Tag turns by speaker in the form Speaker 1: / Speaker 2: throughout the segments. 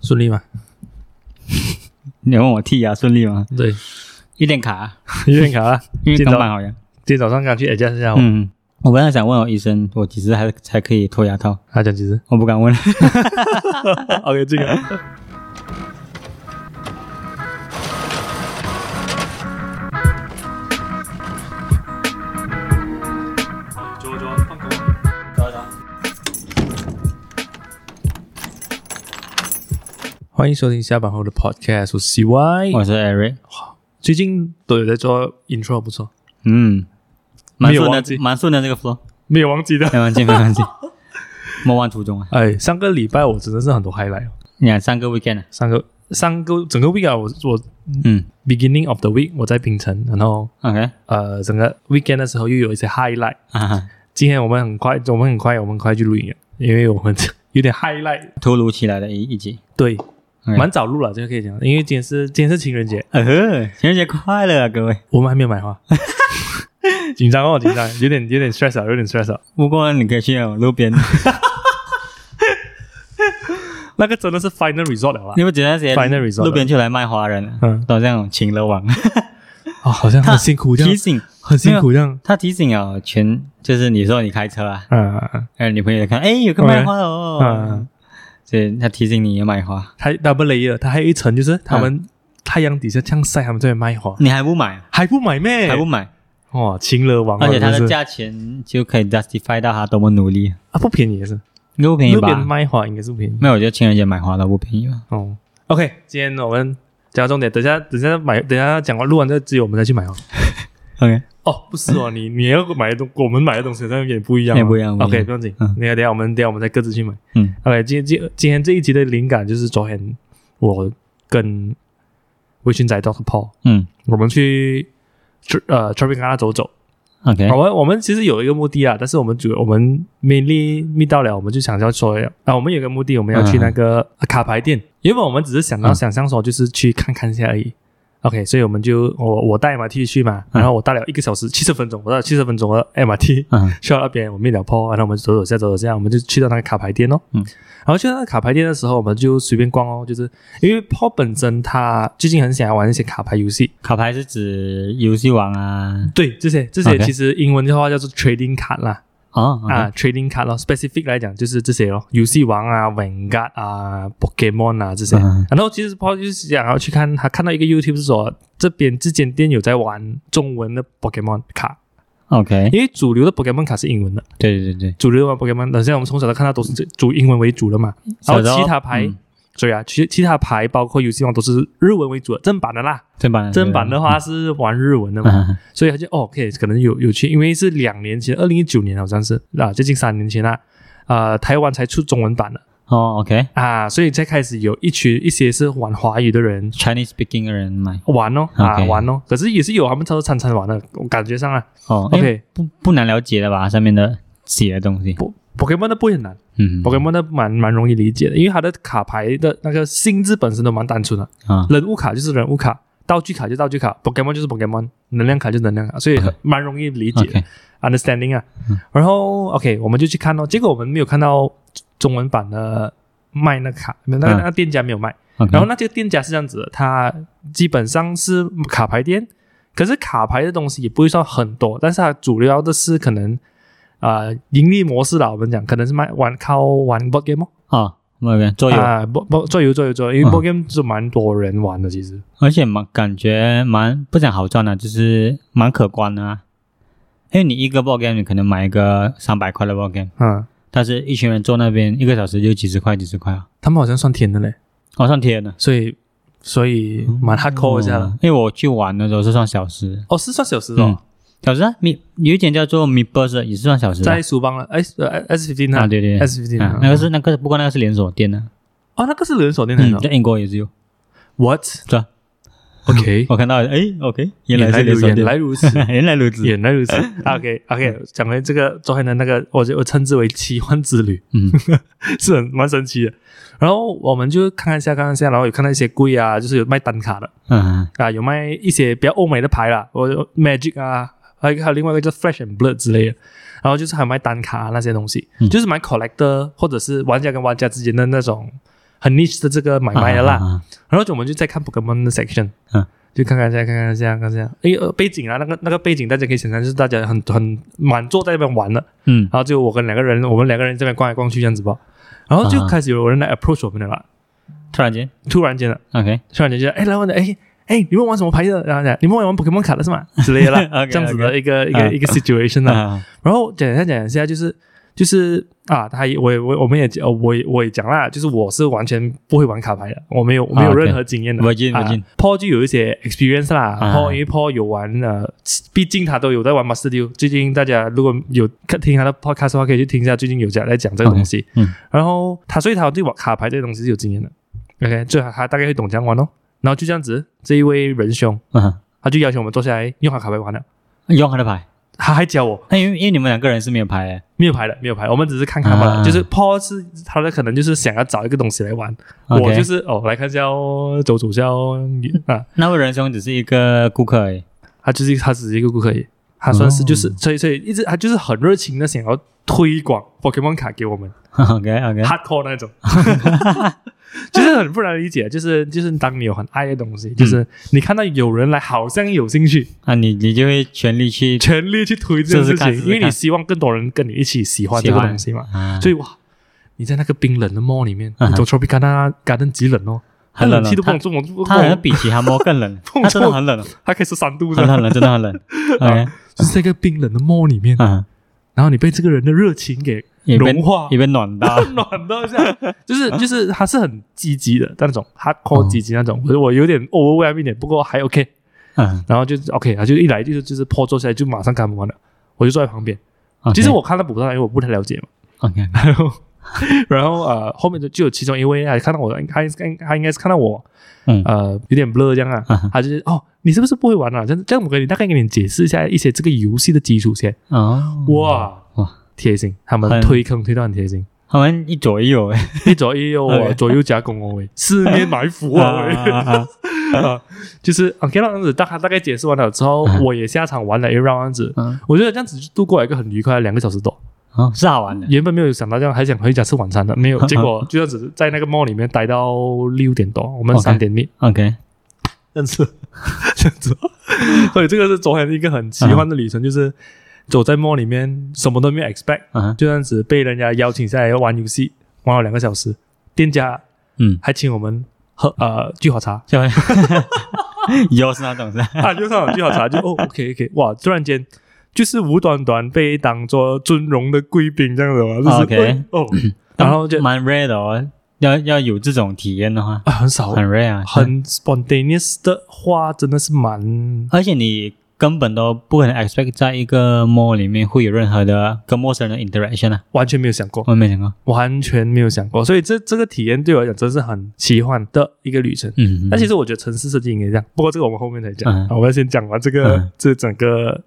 Speaker 1: 顺利吗？
Speaker 2: 你问我剔牙顺利吗？
Speaker 1: 对，
Speaker 2: 有点卡，
Speaker 1: 有点卡啊，
Speaker 2: 因为
Speaker 1: 见
Speaker 2: 刚
Speaker 1: 到
Speaker 2: 买好像。
Speaker 1: 今天早上刚去 adjust 一下哦，
Speaker 2: 嗯，我本来想问我医生，我几时还才可以脱牙套？
Speaker 1: 他讲几次
Speaker 2: 我不敢问。
Speaker 1: ？OK，这个。欢迎收听下班后的 Podcast，我是 CY，
Speaker 2: 我是 Eric，
Speaker 1: 最近都有在做 intro，不错，
Speaker 2: 嗯，蛮
Speaker 1: 没有
Speaker 2: 顺
Speaker 1: 忘记
Speaker 2: 的，蛮顺的这个 flow，
Speaker 1: 没有忘记的。
Speaker 2: 没关系，没 关系，莫忘初衷啊！
Speaker 1: 哎，上个礼拜我真的是很多 highlight，哦
Speaker 2: 你看上个 weekend 啊，
Speaker 1: 上个上个整个 week 啊，我我
Speaker 2: 嗯
Speaker 1: beginning of the week 我在槟城，然后
Speaker 2: ，OK
Speaker 1: 呃整个 weekend 的时候又有一些 highlight。
Speaker 2: 啊哈，
Speaker 1: 今天我们很快，我们很快，我们很快去录音了，因为我们有点 highlight，
Speaker 2: 突如其来的一一集，
Speaker 1: 对，
Speaker 2: 嗯
Speaker 1: 蛮早录了，这个可以讲，因为今天是今天是情人节，
Speaker 2: 呃呵，情人节快乐啊，各位！
Speaker 1: 我们还没有买花，紧张哦，紧张，有点有点 stress 啊，有点 stress 啊，
Speaker 2: 不过你可以去那种路 边，
Speaker 1: 那个真的是 final resort 了啦，
Speaker 2: 你不觉得那些
Speaker 1: Final result
Speaker 2: 路边就来卖花人啊，
Speaker 1: 嗯
Speaker 2: 都这样情勒王
Speaker 1: 哦，好像很辛苦这
Speaker 2: 提
Speaker 1: 样，
Speaker 2: 醒
Speaker 1: 很辛苦这样，
Speaker 2: 他提醒啊，全就是你说你开车啊，
Speaker 1: 嗯嗯嗯
Speaker 2: 还有女朋友看，哎，有个卖花的哦，
Speaker 1: 嗯，
Speaker 2: 所以他提醒你要买花，
Speaker 1: 还 double layer，它还有一层就是他们太阳底下这样晒，他们在卖花，
Speaker 2: 你还不买，啊
Speaker 1: 还不买咩？
Speaker 2: 还不买，
Speaker 1: 哇，情乐王啊，
Speaker 2: 而且它
Speaker 1: 真
Speaker 2: 的
Speaker 1: 是
Speaker 2: 价钱就可以 justify 到他多么努力，
Speaker 1: 啊不便宜也是，
Speaker 2: 应该不便宜
Speaker 1: 路边
Speaker 2: 吧？
Speaker 1: 卖花应该是不便宜
Speaker 2: 没有，我觉得情人节买花都不便宜吧。
Speaker 1: 哦。OK，今天我们讲到重点，等一下等一下买，等一下讲完录完这集我们再去买哦。
Speaker 2: OK，
Speaker 1: 哦，不是 哦，你你要买的东，我们买的东西好像有点不一样哦，
Speaker 2: 也不一样不一样
Speaker 1: OK，不用紧，
Speaker 2: 嗯
Speaker 1: 等一下等一下我们等一下我们再各自去买。
Speaker 2: 嗯
Speaker 1: ，OK，今今今天这一集的灵感就是昨天我跟微醺仔 Doctor Paul，
Speaker 2: 嗯
Speaker 1: 我们去呃 t r a v i n a 走走。
Speaker 2: ，OK，
Speaker 1: 我们我们其实有一个目的啊，但是我们主我们 mainly 觅到了，我们就想要说啊，我们有个目的，我们要去那个卡牌店，原本我们只是想到
Speaker 2: 嗯
Speaker 1: 想象说就是去看看一下而已。OK，所以我们就我我带 MRT 去嘛，
Speaker 2: 嗯
Speaker 1: 然后我搭了一个小时七十分钟，我搭了七十分钟的 MRT
Speaker 2: 嗯
Speaker 1: 去到那边，我们了坡，然后我们走走下走走下，我们就去到那个卡牌店哦。
Speaker 2: 嗯，
Speaker 1: 然后去到那个卡牌店的时候，我们就随便逛哦，就是因为 Paul 本身他最近很想要玩一些卡牌游戏，
Speaker 2: 卡牌是指游戏王啊，
Speaker 1: 对这些这些
Speaker 2: OK
Speaker 1: 其实英文的话叫做 trading card 啦。
Speaker 2: 哦
Speaker 1: 啊，trading card 咯，specific 来讲就是这些咯，游戏王啊、Vanguard 啊、Pokemon 啊这些。
Speaker 2: 嗯
Speaker 1: 然后其实 Paul 就是想要去看，他看到一个 YouTube 是说这边这间店有在玩中文的 Pokemon 卡，
Speaker 2: ，OK，
Speaker 1: 因为主流的 Pokemon 卡是英文的，
Speaker 2: 对对对，
Speaker 1: 主流的 Pokemon，等下我们从小到看到都是这主英文为主的嘛。然后
Speaker 2: 小时候
Speaker 1: 其他牌
Speaker 2: 嗯，
Speaker 1: 所以啊，其其他牌包括游戏王都是日文为主的，正版的啦。
Speaker 2: 正版
Speaker 1: 正版的，
Speaker 2: 嗯
Speaker 1: 话是玩日文的
Speaker 2: 对
Speaker 1: 嘛
Speaker 2: 吧。嗯嗯
Speaker 1: 所以他就哦，OK，可能有有去，因为是两年前，二零一九年好像是啊，接近三年前啦、啊，呃，台湾才出中文版的
Speaker 2: 哦，OK，Chinese
Speaker 1: 啊，所以才开始有一群一些是玩华语的人
Speaker 2: speaking 的人买，
Speaker 1: 玩哦啊
Speaker 2: OK
Speaker 1: 玩哦，可是也是有他们都是参参玩的，我感觉上啊
Speaker 2: 哦因为
Speaker 1: ，OK，
Speaker 2: 不不难了解的吧？上面的写的东西，
Speaker 1: 不 Pokemon 的不会很难
Speaker 2: 嗯
Speaker 1: ，Pokemon 的蛮蛮容易理解的，因为它的卡牌的那个性质本身都蛮单纯的，
Speaker 2: 啊，
Speaker 1: 人物卡就是人物卡，道具卡就道具卡，Pokemon 就是 Pokemon，能量卡就是能量卡，所以很蛮容易理解的
Speaker 2: OK，
Speaker 1: understanding 啊
Speaker 2: 嗯。
Speaker 1: 然后 OK，我们就去看咯，结果我们没有看到中文版的卖那卡，那那
Speaker 2: 嗯
Speaker 1: 那店家没有卖。
Speaker 2: OK
Speaker 1: 然后那这个店家是这样子的，他基本上是卡牌店，可是卡牌的东西也不会算很多，但是它主要的是可能啊、呃盈利模式啦，我们讲可能是卖玩靠玩 board game 哦，
Speaker 2: 哦，没有桌游，
Speaker 1: 啊 b o 桌游桌游桌游，因为
Speaker 2: 嗯
Speaker 1: board game 是蛮多人玩的其实。
Speaker 2: 而且蛮感觉蛮不讲好赚的，就是蛮可观的啊。因为你一个 ball game 你可能买一个三百块的 ball game，
Speaker 1: 嗯，
Speaker 2: 但是一群人坐那边一个小时就几十块几十块啊，
Speaker 1: 他们好像算甜的嘞，
Speaker 2: 往、上贴的。
Speaker 1: 所以所以蛮 hardcore 一下了。
Speaker 2: 嗯因为我去玩的时候是算小时，
Speaker 1: 哦，是算小时哦
Speaker 2: 嗯。小时啊，米有一点叫做 Mi Bus 的也是算小时的
Speaker 1: 在苏邦了，哎，S fifteen
Speaker 2: 啊，对对对，
Speaker 1: ，S fifteen
Speaker 2: 啊那个是那个不过那个是连锁店的，
Speaker 1: 哦，那个是连锁店来
Speaker 2: 嗯，
Speaker 1: 的
Speaker 2: 在英国也是有。
Speaker 1: ，What？
Speaker 2: 是啊
Speaker 1: OK，
Speaker 2: 我看到哎，OK，原来是连
Speaker 1: 如
Speaker 2: 锁
Speaker 1: 原
Speaker 2: 店，
Speaker 1: 来如此，
Speaker 2: 原来如此，
Speaker 1: 原来如此。OK OK，讲回这个昨天的那个，我就我称之为奇幻之旅，
Speaker 2: 嗯，
Speaker 1: 是很蛮神奇的。然后我们就看一下看一下，然后有看到一些柜啊，就是有卖单卡的
Speaker 2: 嗯
Speaker 1: 啊，有卖一些比较欧美的牌啦，我有 Magic 啊，还有还有另外一个叫 Flash and Blood 之类的。然后就是还有卖单卡啊那些东西，
Speaker 2: 嗯
Speaker 1: 就是买 collector 或者是玩家跟玩家之间的那种很 niche 的这个买卖的啦。
Speaker 2: 啊啊啊
Speaker 1: 然后就我们就在看 Pokemon 的 section，
Speaker 2: 嗯，
Speaker 1: 就看看这样，看看这样，看看这样。哎、呃，背景啊，那个那个背景大家可以想象，就是大家很很满坐在那边玩的，
Speaker 2: 嗯，
Speaker 1: 然后就我跟两个人，我们两个人这边逛来逛去这样子吧。然后就
Speaker 2: 啊
Speaker 1: 开始有人来 approach 我们了啦，
Speaker 2: 突然间
Speaker 1: 突然间的，啊
Speaker 2: ，OK，
Speaker 1: 突然间就哎来问的，哎哎，你们玩什么牌的？然后讲你们玩玩 Pokemon 卡的是吗？ 之类的啦，啊
Speaker 2: OK，OK
Speaker 1: 这样子的一个一个
Speaker 2: 嗯
Speaker 1: 一个 situation 啦。
Speaker 2: 那
Speaker 1: 然后讲一下讲一下，就是就是啊，他也我也我我们也呃我也我也讲啦，就是我是完全不会玩卡牌的，我没有我没有
Speaker 2: OK
Speaker 1: 任何经验的。
Speaker 2: 我进我
Speaker 1: 啊
Speaker 2: 进，
Speaker 1: Paul 就有一些 experience 啦、
Speaker 2: 啊
Speaker 1: p a u l 因为 Paul 有玩呃，毕竟他都有在玩 Master d e 最近大家如果有看听他的 podcast 的话，可以去听一下，最近有在在讲这个东西。
Speaker 2: 嗯嗯
Speaker 1: 然后他所以他对玩卡牌这个东西是有经验的。OK，就他他大概会懂这样玩哦。然后就这样子，这一位仁兄
Speaker 2: 嗯，
Speaker 1: 他就要求我们坐下来用他卡牌玩了。
Speaker 2: 用他的牌，
Speaker 1: 他还教我
Speaker 2: 那因为因为你们两个人是没有牌的，
Speaker 1: 没有牌的，没有牌，我们只是看看嘛。
Speaker 2: 啊
Speaker 1: 就是 Paul 是他的可能就是想要找一个东西来玩，我
Speaker 2: OK
Speaker 1: 就是哦来看一下哦，走走一下哦你啊，
Speaker 2: 那位仁兄只是一个顾客而已，
Speaker 1: 他就是他只是一个顾客而已，他算是
Speaker 2: 哦
Speaker 1: 就是、所以所以一直他就是很热情的想要推广 Pokemon 卡给我们、
Speaker 2: OK OK，
Speaker 1: hardcore 那种， 就是很不难理解，就是就是当你有很爱的东西，就是
Speaker 2: 嗯
Speaker 1: 你看到有人来好像有兴趣，
Speaker 2: 啊，你你就会全力去
Speaker 1: 全力去推这件事
Speaker 2: 试试看
Speaker 1: 情，
Speaker 2: 试试
Speaker 1: 因
Speaker 2: 看
Speaker 1: 为你希望更多人跟你一起喜欢这个
Speaker 2: 喜欢
Speaker 1: 东西嘛，
Speaker 2: 啊，
Speaker 1: 所以哇。你在那个冰冷的 mall 里面，
Speaker 2: 啊哈
Speaker 1: 你走 Tropicana Garden 极冷哦，它
Speaker 2: 很冷
Speaker 1: 冷
Speaker 2: 哦
Speaker 1: 气都不
Speaker 2: 它
Speaker 1: 能中，我中
Speaker 2: 它好像比其他嗯猫更冷，
Speaker 1: 碰
Speaker 2: 它真的
Speaker 1: 触
Speaker 2: 很冷，
Speaker 1: 它可以十三度
Speaker 2: 很
Speaker 1: 的，
Speaker 2: 很冷，真 的很冷。OK，
Speaker 1: 就是在一个冰冷的 mall 里面，
Speaker 2: 嗯，
Speaker 1: 然后你被这个人的热情给
Speaker 2: 也被
Speaker 1: 融化，
Speaker 2: 也被暖 到
Speaker 1: 暖到这样，就是就是他是很积极的那种，hardcore 积极那种。可是我有点 overwhelm 一点，不过还 OK。
Speaker 2: 嗯，
Speaker 1: 然后就 OK，他就一来就是就是破坐下来就马上跟他们玩了，我就坐在旁边。其实我看到补上来，因为我不太了解嘛。
Speaker 2: OK，
Speaker 1: 然后然后呃后面就就有其中一位还看到我，他应他应该是看到我
Speaker 2: 嗯
Speaker 1: 呃有点 blur 这样啊，
Speaker 2: 嗯
Speaker 1: 他就是哦你是不是不会玩啊？这样这样我给你大概给你解释一下一些这个游戏的基础先。
Speaker 2: 哦，
Speaker 1: 哇
Speaker 2: 哇
Speaker 1: 贴心，他们
Speaker 2: 很
Speaker 1: 推坑推到很贴心。
Speaker 2: 他们一左一右，哎
Speaker 1: 一左一右啊，
Speaker 2: OK
Speaker 1: 左右夹攻哦喂，四面埋伏啊喂，
Speaker 2: 啊啊啊
Speaker 1: 啊就是 OK 那样子，大他大概解释完了之后，
Speaker 2: 嗯
Speaker 1: 我也下场玩了一 round 这样子，
Speaker 2: 嗯
Speaker 1: 我觉得这样子就度过了一个很愉快的两个小时多。
Speaker 2: 哦，是好玩的，
Speaker 1: 原本没有想到这样，还想回家吃晚餐的，没
Speaker 2: 嗯
Speaker 1: 有，结果就这样子在那个 mall 里面待到六点多，我们
Speaker 2: OK
Speaker 1: 三点面
Speaker 2: OK，
Speaker 1: 这样子， 这样子，所以这个是昨天一个很奇幻的旅程，就是走在 mall 里面什么都没有 expect，
Speaker 2: 嗯
Speaker 1: 就这样子被人家邀请下来玩游戏，玩了两个小时，店家
Speaker 2: 嗯，
Speaker 1: 还请我们喝呃聚好茶
Speaker 2: 就 又是那 种是吧，
Speaker 1: 啊，就上了聚好茶就哦，OK OK，哇，突然间就是无端端被当做尊荣的贵宾这样子嘛，就是
Speaker 2: 啊 OK 嗯
Speaker 1: 喂哦，然后就
Speaker 2: 蛮 rare 的哦，要要有这种体验的话，
Speaker 1: 啊很少
Speaker 2: 很 rare 啊，
Speaker 1: 很 spontaneous 的话，真的是蛮
Speaker 2: 而且你根本都不可能 expect 在一个 mall 里面会有任何的跟陌生人的 interaction 啊，
Speaker 1: 完全没有想过，
Speaker 2: 我没想过。
Speaker 1: 完全没有想过，所以这这个体验对我来讲真是很奇幻的一个旅程。
Speaker 2: 嗯，
Speaker 1: 那
Speaker 2: 而
Speaker 1: 其
Speaker 2: 且
Speaker 1: 实我觉得城市设计应该这样，不过这个我们后面再讲。
Speaker 2: 嗯
Speaker 1: 啊我们先讲完这个、
Speaker 2: 嗯
Speaker 1: 这整个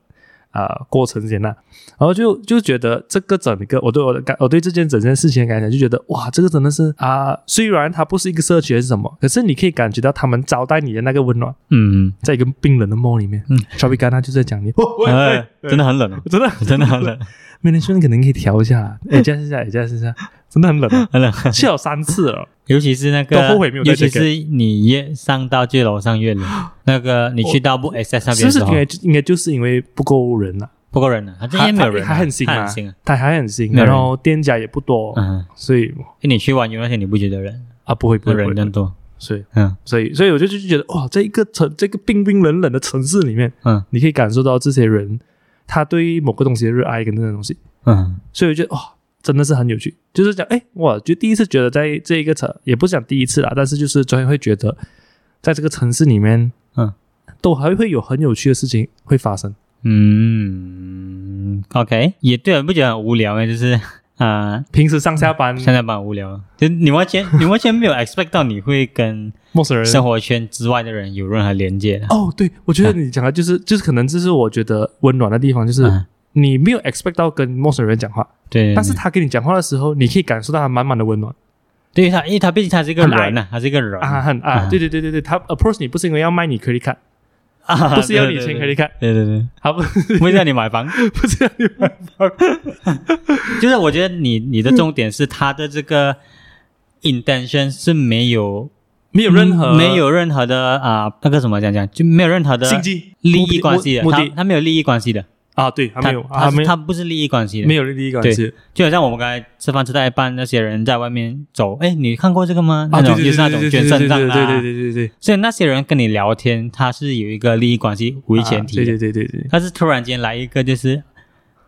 Speaker 1: 啊、呃过程先啦，然后就就觉得这个整个我对我的感，我对这件整件事情的感觉就觉得哇，这个真的是啊、虽然它不是一个社区还是什么，可是你可以感觉到他们招待你的那个温暖，
Speaker 2: 嗯，
Speaker 1: 在一个冰冷的梦里面，
Speaker 2: 嗯
Speaker 1: 小比干他就在讲你，哦喂
Speaker 2: 哎
Speaker 1: 喂
Speaker 2: 真的很冷哦，
Speaker 1: 真的
Speaker 2: 真的很冷，
Speaker 1: 没人说你可能可以调一下，哎，加一下，哎加一下，真的很冷啊，
Speaker 2: 很冷。
Speaker 1: 去了三次 了，
Speaker 2: 尤其是那个，
Speaker 1: 都后悔没有带
Speaker 2: 尤其
Speaker 1: jacket
Speaker 2: 是你越上到最楼上越冷，那个你去到不 access 那
Speaker 1: 是
Speaker 2: 边
Speaker 1: 不
Speaker 2: 的
Speaker 1: 哦是
Speaker 2: 时候
Speaker 1: 应，该应该就是因为不够人了、
Speaker 2: 不够人了，他这
Speaker 1: 还
Speaker 2: 边没有人啊，
Speaker 1: 还很新
Speaker 2: 还
Speaker 1: 嘛
Speaker 2: 很新啊，
Speaker 1: 他还很新，
Speaker 2: 没有
Speaker 1: 然
Speaker 2: 人
Speaker 1: 后店家也不多，
Speaker 2: 嗯，
Speaker 1: 所以
Speaker 2: 因为你去玩游乐园你不觉得人，
Speaker 1: 啊不会不
Speaker 2: 那
Speaker 1: 会不
Speaker 2: 人
Speaker 1: 会
Speaker 2: 更多，
Speaker 1: 所以
Speaker 2: 嗯
Speaker 1: 所以所以我就就就觉得哇，在一个城这个冰冰冷冷的城市里面，
Speaker 2: 嗯
Speaker 1: 你可以感受到这些人他对某个东西的热爱跟那种东西，
Speaker 2: 嗯
Speaker 1: 所以我觉得哇，真的是很有趣，就是讲哎，我就第一次觉得在这一个城，也不是讲第一次啦，但是就是昨天会觉得在这个城市里面，
Speaker 2: 嗯，
Speaker 1: 都还会有很有趣的事情会发生。
Speaker 2: 嗯，OK，也对啊，不觉得很无聊吗？就是 啊，
Speaker 1: 平时上下班，
Speaker 2: 现在蛮无聊，就你完全 你完全没有 expect 到你会跟
Speaker 1: 陌生人
Speaker 2: 生活圈之外的人有任何连接的，
Speaker 1: 哦，对，我觉得你讲的就是就是可能这是我觉得温暖的地方，就是
Speaker 2: 嗯
Speaker 1: 你没有 expect 到跟陌生人讲话，
Speaker 2: 对，对
Speaker 1: 但是他跟你讲话的时候，你可以感受到他满满的温暖
Speaker 2: 对对他，因为他毕竟他是一个
Speaker 1: 很爱
Speaker 2: 人呐，他是一个人
Speaker 1: 啊，很啊，
Speaker 2: 嗯
Speaker 1: 对对对对对，他 approach 你不是因为要卖你 credit card，
Speaker 2: 啊
Speaker 1: 不是要你
Speaker 2: 对
Speaker 1: 签
Speaker 2: 对
Speaker 1: credit card，
Speaker 2: 对对对，
Speaker 1: 他不
Speaker 2: 不是让你买 房，
Speaker 1: 不是要你买
Speaker 2: 就是我觉得你你的重点是他的这个 intention 是没有
Speaker 1: 没有任何
Speaker 2: 没有任何的啊、那个什么讲讲，就没有任何的
Speaker 1: 心机
Speaker 2: 利益关系的，
Speaker 1: 目的目
Speaker 2: 他
Speaker 1: 的
Speaker 2: 他没有利益关系的，
Speaker 1: 啊，对，还没有，
Speaker 2: 他
Speaker 1: 还没
Speaker 2: 他不是利益关系的，
Speaker 1: 没有利益关系
Speaker 2: 就好像我们刚才吃饭吃到一半，那些人在外面走，哎，你看过这个吗？
Speaker 1: 啊，对
Speaker 2: 那种
Speaker 1: 对对
Speaker 2: 就是那
Speaker 1: 对对对
Speaker 2: 种捐
Speaker 1: 对
Speaker 2: 肾脏
Speaker 1: 对
Speaker 2: 啊，
Speaker 1: 对对对对，
Speaker 2: 所以那些人跟你聊天，他是有一个利益关系为前提
Speaker 1: 啊
Speaker 2: 的，
Speaker 1: 对对对对对，
Speaker 2: 但是突然间来一个就是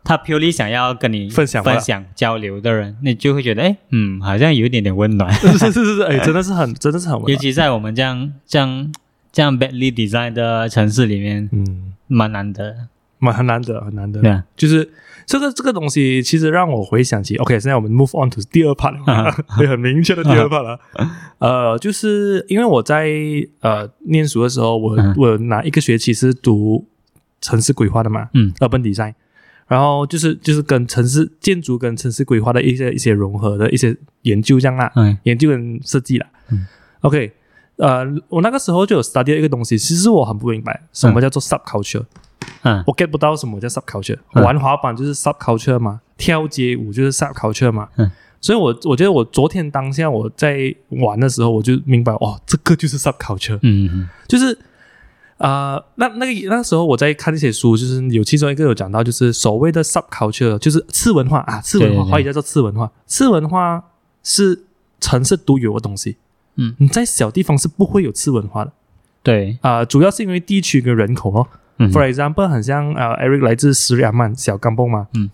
Speaker 2: 他 purely 想要跟你
Speaker 1: 分享吧
Speaker 2: 分享交流的人，你就会觉得，哎，嗯，好像有一点点 温暖，
Speaker 1: 是是是是是，哎，真的是很真的是很温
Speaker 2: 尤
Speaker 1: 暖，
Speaker 2: 其在我们这样这样这样 badly design 的城市里面，
Speaker 1: 嗯，
Speaker 2: 蛮难得，
Speaker 1: 蛮很难得很难得
Speaker 2: 对，吧？
Speaker 1: 就是这个这个东西，其实让我回想起，OK，现在我们 move on to 第二 part，了
Speaker 2: 啊
Speaker 1: 对，很明确的第二 part 了。呃，就是因为我在呃念书的时候，我
Speaker 2: 嗯
Speaker 1: 我哪一个学期是读城市规划的嘛，
Speaker 2: 嗯
Speaker 1: ，urban design，然后就是就是跟城市建筑跟城市规划的一些一些融合的一些研究这样啦，
Speaker 2: 哎，
Speaker 1: 研究跟设计啦。
Speaker 2: 嗯
Speaker 1: OK，呃，我那个时候就有 study 一个东西，其实我很不明白什么叫做 subculture。
Speaker 2: 嗯
Speaker 1: 我 get 不到什么叫 subculture。
Speaker 2: 嗯
Speaker 1: 玩滑板就是 subculture 嘛，跳街舞就是 subculture 嘛。
Speaker 2: 嗯
Speaker 1: 所以我我觉得我昨天当下我在玩的时候，我就明白哦，这个就是 subculture，
Speaker 2: 嗯嗯
Speaker 1: 就是。啊、那那个那时候我在看一些书，就是有其中一个有讲到，就是所谓的 subculture，就是次文化啊，次文化，
Speaker 2: 对对对
Speaker 1: 华语叫做次文化。次文化是城市独有的东西，
Speaker 2: 嗯，
Speaker 1: 你在小地方是不会有次文化的
Speaker 2: 对，
Speaker 1: 啊、主要是因为地区跟人口哦咯。
Speaker 2: 嗯
Speaker 1: For example，很像呃，Eric 来自斯里阿曼小钢蹦嘛，
Speaker 2: 嗯，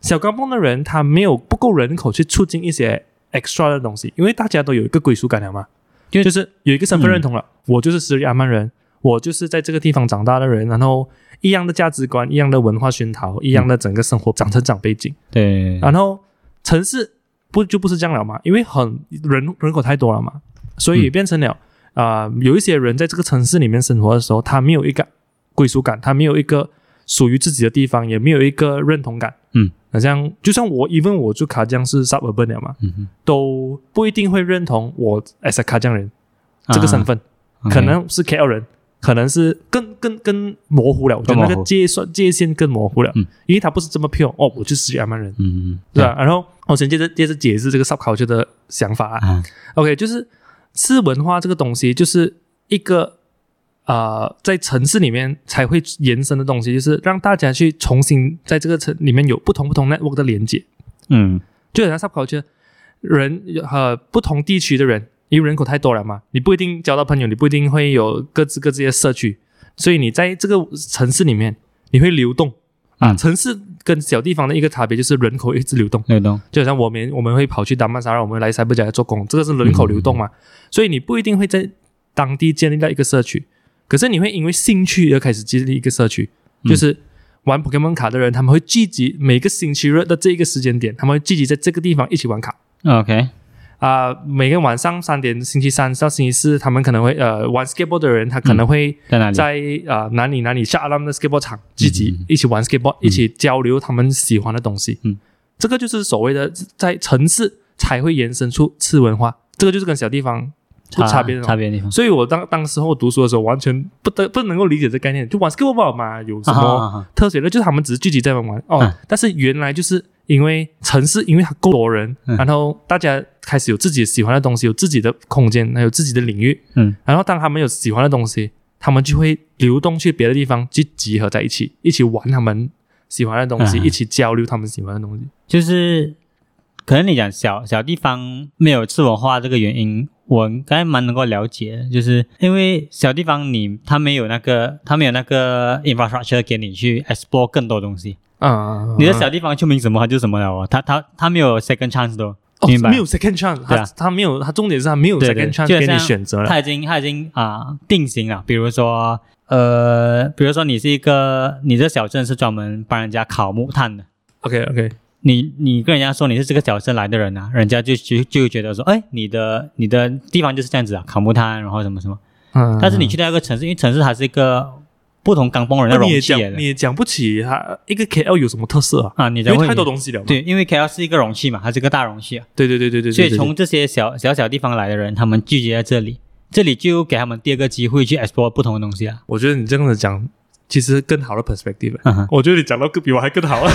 Speaker 1: 小钢蹦的人他没有不够人口去促进一些 extra 的东西，因为大家都有一个归属感了嘛，
Speaker 2: 就
Speaker 1: 就是有一个身份
Speaker 2: 嗯
Speaker 1: 认同了，我就是斯里阿曼人，我就是在这个地方长大的人，然后一样的价值观，一样的文化熏陶，一样的整个生活长成长背景，
Speaker 2: 对，
Speaker 1: 然后城市不就不是这样了嘛，因为很人人口太多了嘛，所以
Speaker 2: 嗯
Speaker 1: 变成了啊、呃有一些人在这个城市里面生活的时候，他没有一个归属感，他没有一个属于自己的地方，也没有一个认同感。
Speaker 2: 嗯，
Speaker 1: 好像就像我，even 我住卡江是 suburban 了嘛，
Speaker 2: 嗯哼
Speaker 1: 都不一定会认同我 as a 卡江人这个身份，
Speaker 2: 啊
Speaker 1: 可能是 KL 人。可能是更更更模糊了，我觉得
Speaker 2: 更模
Speaker 1: 那
Speaker 2: 糊
Speaker 1: 个界算界限更模糊了，
Speaker 2: 嗯
Speaker 1: 因为他不是这么 pure 哦，我就是亚曼人，
Speaker 2: 嗯，嗯
Speaker 1: 对吧、然后我先接着接着解释这个 subculture 的想法啊。
Speaker 2: 啊，
Speaker 1: OK，就是次文化这个东西，就是一个呃，在城市里面才会延伸的东西，就是让大家去重新在这个城里面有不同不同 network 的连接，
Speaker 2: 嗯
Speaker 1: 就很像 subculture 人呃不同地区的人，因为人口太多了嘛，你不一定交到朋友，你不一定会有各自各自的社区，所以你在这个城市里面你会流动啊。
Speaker 2: 嗯
Speaker 1: 城市跟小地方的一个差别就是人口一直流动。
Speaker 2: 流动，
Speaker 1: 就好像我们我们会跑去达曼沙拉，我们会来塞布加做工，这个是人口流动嘛，所以你不一定会在当地建立到一个社区，可是你会因为兴趣而开始建立一个社区，
Speaker 2: 嗯
Speaker 1: 就是。玩 Pokemon 卡的人，他们会聚集每个星期日的这一个时间点，他们会聚集在这个地方一起玩卡
Speaker 2: OK，
Speaker 1: 啊、每个晚上三点，星期三到星期四，他们可能会呃玩 skateboard 的人，他可能会
Speaker 2: 在哪里？
Speaker 1: 在啊、哪里哪里下阿拉姆的 skateboard 场聚集，
Speaker 2: 嗯
Speaker 1: 一起玩 skateboard，、一起交流他们喜欢的东西。
Speaker 2: 嗯，
Speaker 1: 这个就是所谓的在城市才会延伸出次文化，这个就是跟小地方不差别的
Speaker 2: 差
Speaker 1: 东西。
Speaker 2: 别的地方。
Speaker 1: 所以我当当时候读书的时候，完全不得不能够理解这概念，就玩 skateboard 嘛，有什
Speaker 2: 啊
Speaker 1: 么
Speaker 2: 啊啊
Speaker 1: 特写的？就是他们只是聚集在那玩哦，
Speaker 2: 嗯
Speaker 1: 但是原来就是因为城市，因为它够多人，
Speaker 2: 嗯
Speaker 1: 然后大家开始有自己喜欢的东西，有自己的空间，还有自己的领域，
Speaker 2: 嗯
Speaker 1: 然后当他们有喜欢的东西，他们就会流动去别的地方去集合在一起，一起玩他们喜欢的东西，
Speaker 2: 嗯
Speaker 1: 一起交流他们喜欢的东西。
Speaker 2: 就是可能你讲小小地方没有次文化这个原因，我应该蛮能够了解的，就是因为小地方你它没有那个它没有那个 infrastructure 给你去 explore 更多东西。
Speaker 1: 嗯，
Speaker 2: 你在小地方出名什么它就什么了哦，它它它没有 second chance 的哦，
Speaker 1: 哦
Speaker 2: 明，白
Speaker 1: 没有 second chance，他
Speaker 2: 对啊
Speaker 1: 他没有，他重点是他没有
Speaker 2: 对对
Speaker 1: second chance
Speaker 2: 就
Speaker 1: 给你
Speaker 2: 像
Speaker 1: 选择了。
Speaker 2: 它已经它已经啊、定型了。比如说呃，比如说你是一个你这小镇是专门帮人家烤木炭的。
Speaker 1: OK OK，
Speaker 2: 你你跟人家说你是这个小镇来的人啊，人家就就就觉得说，哎，你的你的地方就是这样子啊，卡木滩，然后什么什么。
Speaker 1: 嗯，
Speaker 2: 但是你去到一个城市，因为城市它是一个不同港崩人的
Speaker 1: 那
Speaker 2: 容
Speaker 1: 你也
Speaker 2: 器
Speaker 1: 讲
Speaker 2: 来
Speaker 1: 你
Speaker 2: 的
Speaker 1: 也讲不起他一个 KL 有什么特色啊？
Speaker 2: 啊，你
Speaker 1: 因
Speaker 2: 才
Speaker 1: 为
Speaker 2: 会
Speaker 1: 太多东西了嘛。
Speaker 2: 对，因为 KL 是一个容器嘛，它是一个大容器啊，
Speaker 1: 对对对对对，
Speaker 2: 所以
Speaker 1: 对
Speaker 2: 从这些小小小地方来的人，他们聚集在这里，这里就给他们第二个机会去 explore 不同的东西啊。
Speaker 1: 我觉得你这样子讲，
Speaker 2: 嗯
Speaker 1: 其实更好的 perspective 了。
Speaker 2: 嗯哼
Speaker 1: 我觉得你讲到更比我还更好了。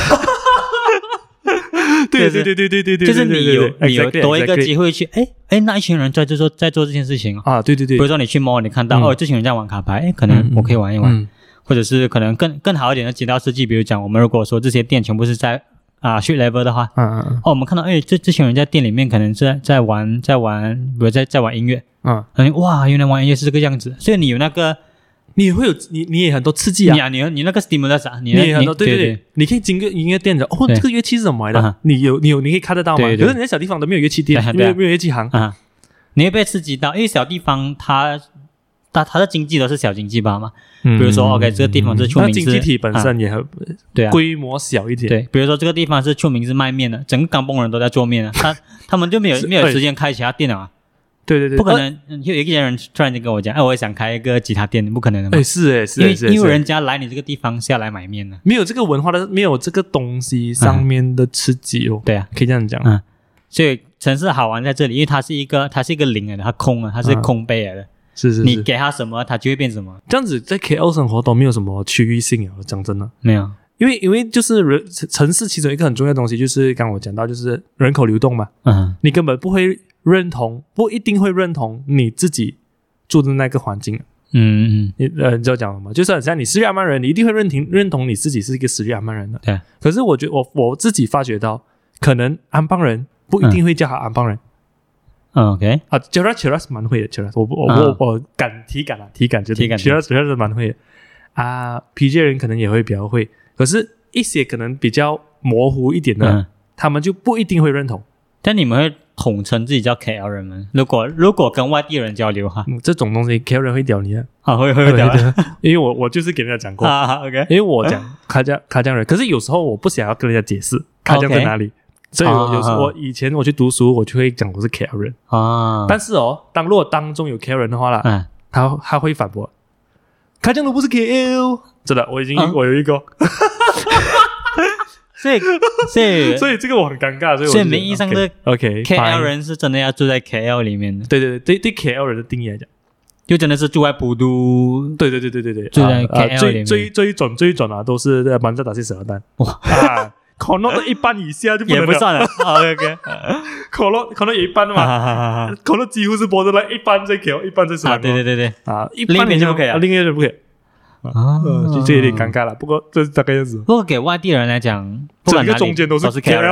Speaker 1: 对
Speaker 2: 就是
Speaker 1: 对对对对对对，
Speaker 2: 就是你有你有多一个
Speaker 1: 会
Speaker 2: 机会去，哎哎，那一群人在做在做这件事情哦。
Speaker 1: 啊，对对对
Speaker 2: 比如，说你去摸，你看到、
Speaker 1: 嗯
Speaker 2: 哦，这群人在玩卡牌，哎，可能
Speaker 1: 嗯
Speaker 2: 我可以玩一玩，
Speaker 1: 嗯
Speaker 2: 或者是可能更更好一点的街道设计，比如讲我们如果说这些店全部是在啊、street level 的话，
Speaker 1: 嗯嗯
Speaker 2: 哦，我们看到哎，这这群人在店里面可能在在玩在玩，比如在在玩音乐，
Speaker 1: 嗯，
Speaker 2: 嗯，哇，原来玩音乐是这个样子，所以你有那个
Speaker 1: 你会有你你也很多刺激啊
Speaker 2: 你，啊，你有你那个 stimulus 啊，你
Speaker 1: 你也
Speaker 2: 那
Speaker 1: 很
Speaker 2: 你
Speaker 1: 多对
Speaker 2: 对
Speaker 1: 对，你可以经过音乐店的哦，
Speaker 2: 对
Speaker 1: 这个乐器是怎么买
Speaker 2: 啊
Speaker 1: 的
Speaker 2: 哈？
Speaker 1: 你有你有你可以看得到吗？
Speaker 2: 对对
Speaker 1: 可是你在小地方都没有乐器店
Speaker 2: 对啊，
Speaker 1: 没
Speaker 2: 对啊
Speaker 1: 有没有乐器行，
Speaker 2: 啊，你会被刺激到，因为小地方它它它的经济都是小经济吧嘛，
Speaker 1: 比
Speaker 2: 如说，OK，这个地方是出名
Speaker 1: 嗯那经济
Speaker 2: 是
Speaker 1: 体本
Speaker 2: 啊
Speaker 1: 身也很
Speaker 2: 对啊，
Speaker 1: 规模小一点，
Speaker 2: 对，比如说这个地方是出名是卖面的，整个港崩人都在做面啊，他 他们就没有
Speaker 1: 是
Speaker 2: 没有时间开其他店了啊，
Speaker 1: 对对对，
Speaker 2: 不可
Speaker 1: 呃。
Speaker 2: 能嗯有一个人突然间跟我讲，哎，我也想开一个吉他店，不可能的嘛
Speaker 1: 哎，，是哎，是
Speaker 2: 因为
Speaker 1: 哎，是哎
Speaker 2: 因
Speaker 1: 是
Speaker 2: 为
Speaker 1: 哎
Speaker 2: 人家来你这个地方是要来买面的，
Speaker 1: 没有这个文化的，没有这个东西上面的刺激哦，
Speaker 2: 对啊，
Speaker 1: 可以这样讲。
Speaker 2: 嗯所以城市好玩在这里，因为它是一个它是一个零来的，它空啊，它是
Speaker 1: 嗯
Speaker 2: 空杯来的，
Speaker 1: 是是嗯
Speaker 2: 你
Speaker 1: 是，
Speaker 2: 给它什么，它就会变什么，
Speaker 1: 这样子在 KL 生活都没有什么区域性啊，讲真的，
Speaker 2: 没有，
Speaker 1: 因为因为就是人城城市其中一个很重要的东西，就是刚我讲到，就是人口流动嘛，
Speaker 2: 嗯，
Speaker 1: 你根本不会认同，不一定会认同你自己住的那个环境。
Speaker 2: 嗯嗯，
Speaker 1: 你呃，你知道讲什么？就是很像你是日耳曼人，你一定会认同认同你自己是一个是日耳曼人的。
Speaker 2: 对啊。
Speaker 1: 可是我觉得我我自己发觉到，可能安邦人不一定会叫他安邦人、
Speaker 2: 嗯，OK，
Speaker 1: 啊 c h e r a c h e r a 是蛮会的 c h e r a 我不我、
Speaker 2: 啊
Speaker 1: 我我敢体感啊，体感觉得
Speaker 2: 体感
Speaker 1: c h e r a c h e r a 是蛮会的啊。PJ 人可能也会比较会，可是一些可能比较模糊一点的，
Speaker 2: 嗯，
Speaker 1: 他们就不一定会认同。
Speaker 2: 但你们会统称自己叫 KL 人吗？如果如果跟外地人交流哈，
Speaker 1: 嗯，这种东西 K 人会屌你的，
Speaker 2: 啊，会 会会
Speaker 1: 对
Speaker 2: 聊
Speaker 1: 对对 因为我我就是给人家讲过，
Speaker 2: 啊，OK，
Speaker 1: 因为我讲卡江卡江人，可是有时候我不想要跟人家解释卡江在哪里，所以我有时
Speaker 2: 啊
Speaker 1: 我以前我去读书，我就会讲我是 KL 人。
Speaker 2: 啊，
Speaker 1: 但是哦，当如果当中有 KL 人的话啦，
Speaker 2: 嗯。
Speaker 1: 他他会反驳，卡江都不是 KL，真的，我已经
Speaker 2: 啊
Speaker 1: 我有一个，
Speaker 2: 所以，所以，
Speaker 1: 所以这个我很尴尬，所以我
Speaker 2: 所
Speaker 1: 就觉
Speaker 2: 以
Speaker 1: 得
Speaker 2: 名义上的
Speaker 1: OK
Speaker 2: KL。
Speaker 1: fine
Speaker 2: 人是真的要住在 KL 里面的，
Speaker 1: 对对对，对对 KL 人的定义来讲，
Speaker 2: 就真的是住在普都。
Speaker 1: 对对对对对对，
Speaker 2: 就在
Speaker 1: 啊啊
Speaker 2: KL 里
Speaker 1: 最
Speaker 2: 面
Speaker 1: 最最准最准啊，都是在曼彻打些蛇蛋，
Speaker 2: 哇
Speaker 1: 啊，可能一半以下就不
Speaker 2: 也
Speaker 1: 能
Speaker 2: 不
Speaker 1: 了，
Speaker 2: 算了 ，OK，
Speaker 1: 可能可能有一半嘛，
Speaker 2: 啊
Speaker 1: 可能几乎是 borderline，一般在 KL，一般在斯兰
Speaker 2: 对对对对，
Speaker 1: 啊，一
Speaker 2: 另一
Speaker 1: 般
Speaker 2: 边就不可以啊
Speaker 1: 另一边就不可以，
Speaker 2: 啊
Speaker 1: 呃，就这有点尴。尬了。不过这是大概样子，
Speaker 2: 不过给外地人来讲，不
Speaker 1: 整
Speaker 2: 管
Speaker 1: 个
Speaker 2: 哪里
Speaker 1: 中间都
Speaker 2: 都
Speaker 1: 是
Speaker 2: 是 KL，人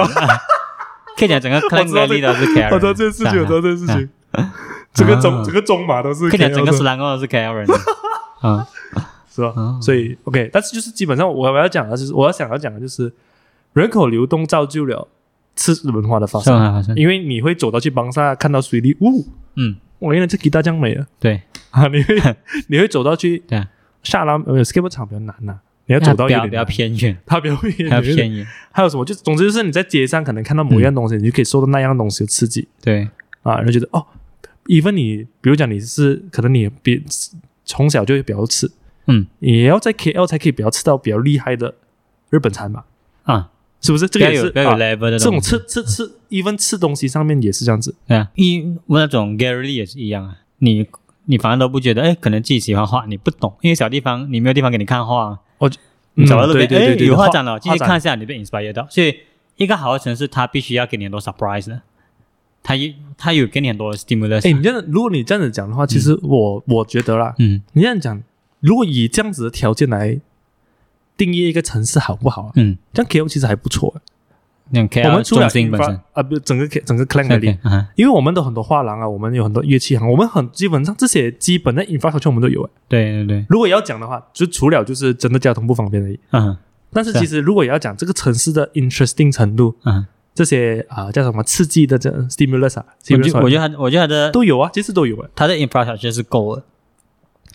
Speaker 2: 可以讲整个 Klang
Speaker 1: 知道这
Speaker 2: Valley 都是 KL，人 啊
Speaker 1: 我知道这件事情，我知道这件事情，整个中整个中马都是
Speaker 2: 可以
Speaker 1: KL
Speaker 2: 讲整个斯
Speaker 1: 的，
Speaker 2: 兰宫都是 KL 人的。啊，
Speaker 1: 是吧
Speaker 2: 啊？
Speaker 1: 所以 OK，但是就是基本上我我要讲的就是我要想要讲的就是人口流动造就了次文化的发
Speaker 2: 是啊
Speaker 1: 生，
Speaker 2: 吗？好像
Speaker 1: 因为你会走到去邦萨看到水利，呜，
Speaker 2: 嗯，
Speaker 1: 我原来这吉大江美啊，
Speaker 2: 对，
Speaker 1: 啊，你 会你会走到去
Speaker 2: 对啊
Speaker 1: 下拉呃 skateboard 场比较难呐，你要走到
Speaker 2: 比
Speaker 1: 有
Speaker 2: 较
Speaker 1: 点
Speaker 2: 比较
Speaker 1: 难，
Speaker 2: 偏远，
Speaker 1: 它比较会
Speaker 2: 比较偏远，
Speaker 1: 还有什么？就总之就是你在街上可能看到某样东西，你就可以受到那样东西的刺激
Speaker 2: 对，
Speaker 1: 啊，然后觉得哦，even 你比如讲你是可能你比从小就会比较吃，
Speaker 2: 嗯
Speaker 1: 也要在 KL 才可以比较吃到比较厉害的日本餐嘛，
Speaker 2: 啊，
Speaker 1: 是不是？这个
Speaker 2: 比较
Speaker 1: 也是
Speaker 2: 有比较有
Speaker 1: 啊
Speaker 2: level
Speaker 1: 这
Speaker 2: 的
Speaker 1: 种
Speaker 2: 东西
Speaker 1: 吃吃吃，even 吃东西上面也是这样子。
Speaker 2: 对啊，一我那种 Gary Lee 也是一样啊，你你反正都不觉得，哎，可能自己喜欢画，你不懂，因为小地方你没有地方给你看画啊，你走到
Speaker 1: 嗯
Speaker 2: 路
Speaker 1: 对
Speaker 2: 边，
Speaker 1: 对对
Speaker 2: 哎，
Speaker 1: 对，
Speaker 2: 有画展了，进去
Speaker 1: 展
Speaker 2: 看一下，你被 inspire 到。所以一个好的城市，它必须要给你很多 surprise 的，它有它有给你很多 stimulus。
Speaker 1: 哎，你这样，如果你这样子讲的话，其实我我觉得啦，
Speaker 2: 嗯
Speaker 1: 你这样讲，如果以这样子的条件来定义一个城市好不好啊？
Speaker 2: 嗯，
Speaker 1: 这样 KL 其实还不错啊。
Speaker 2: 那种 KL
Speaker 1: 我们除了
Speaker 2: 中心本
Speaker 1: infra-
Speaker 2: 身
Speaker 1: 啊，不，整个 K- 整个 clan 的里
Speaker 2: OK，，啊，
Speaker 1: 因为我们都很多画廊啊，我们有很多乐器行，我们很基本上这些基本的 infrastructure 我们都有、欸。
Speaker 2: 对对对，
Speaker 1: 如果要讲的话，就除了就是真的交通不方便而已。
Speaker 2: 嗯
Speaker 1: 但是
Speaker 2: 是啊
Speaker 1: 其实如果要讲这个城市的 interesting 程度，
Speaker 2: 嗯，
Speaker 1: 这些啊、叫什么刺激的这 stimulus 啊
Speaker 2: 我觉
Speaker 1: ，stimulus
Speaker 2: 我觉得它我觉得它的
Speaker 1: 都有啊，其实都有诶、
Speaker 2: 它的 infrastructure 是够了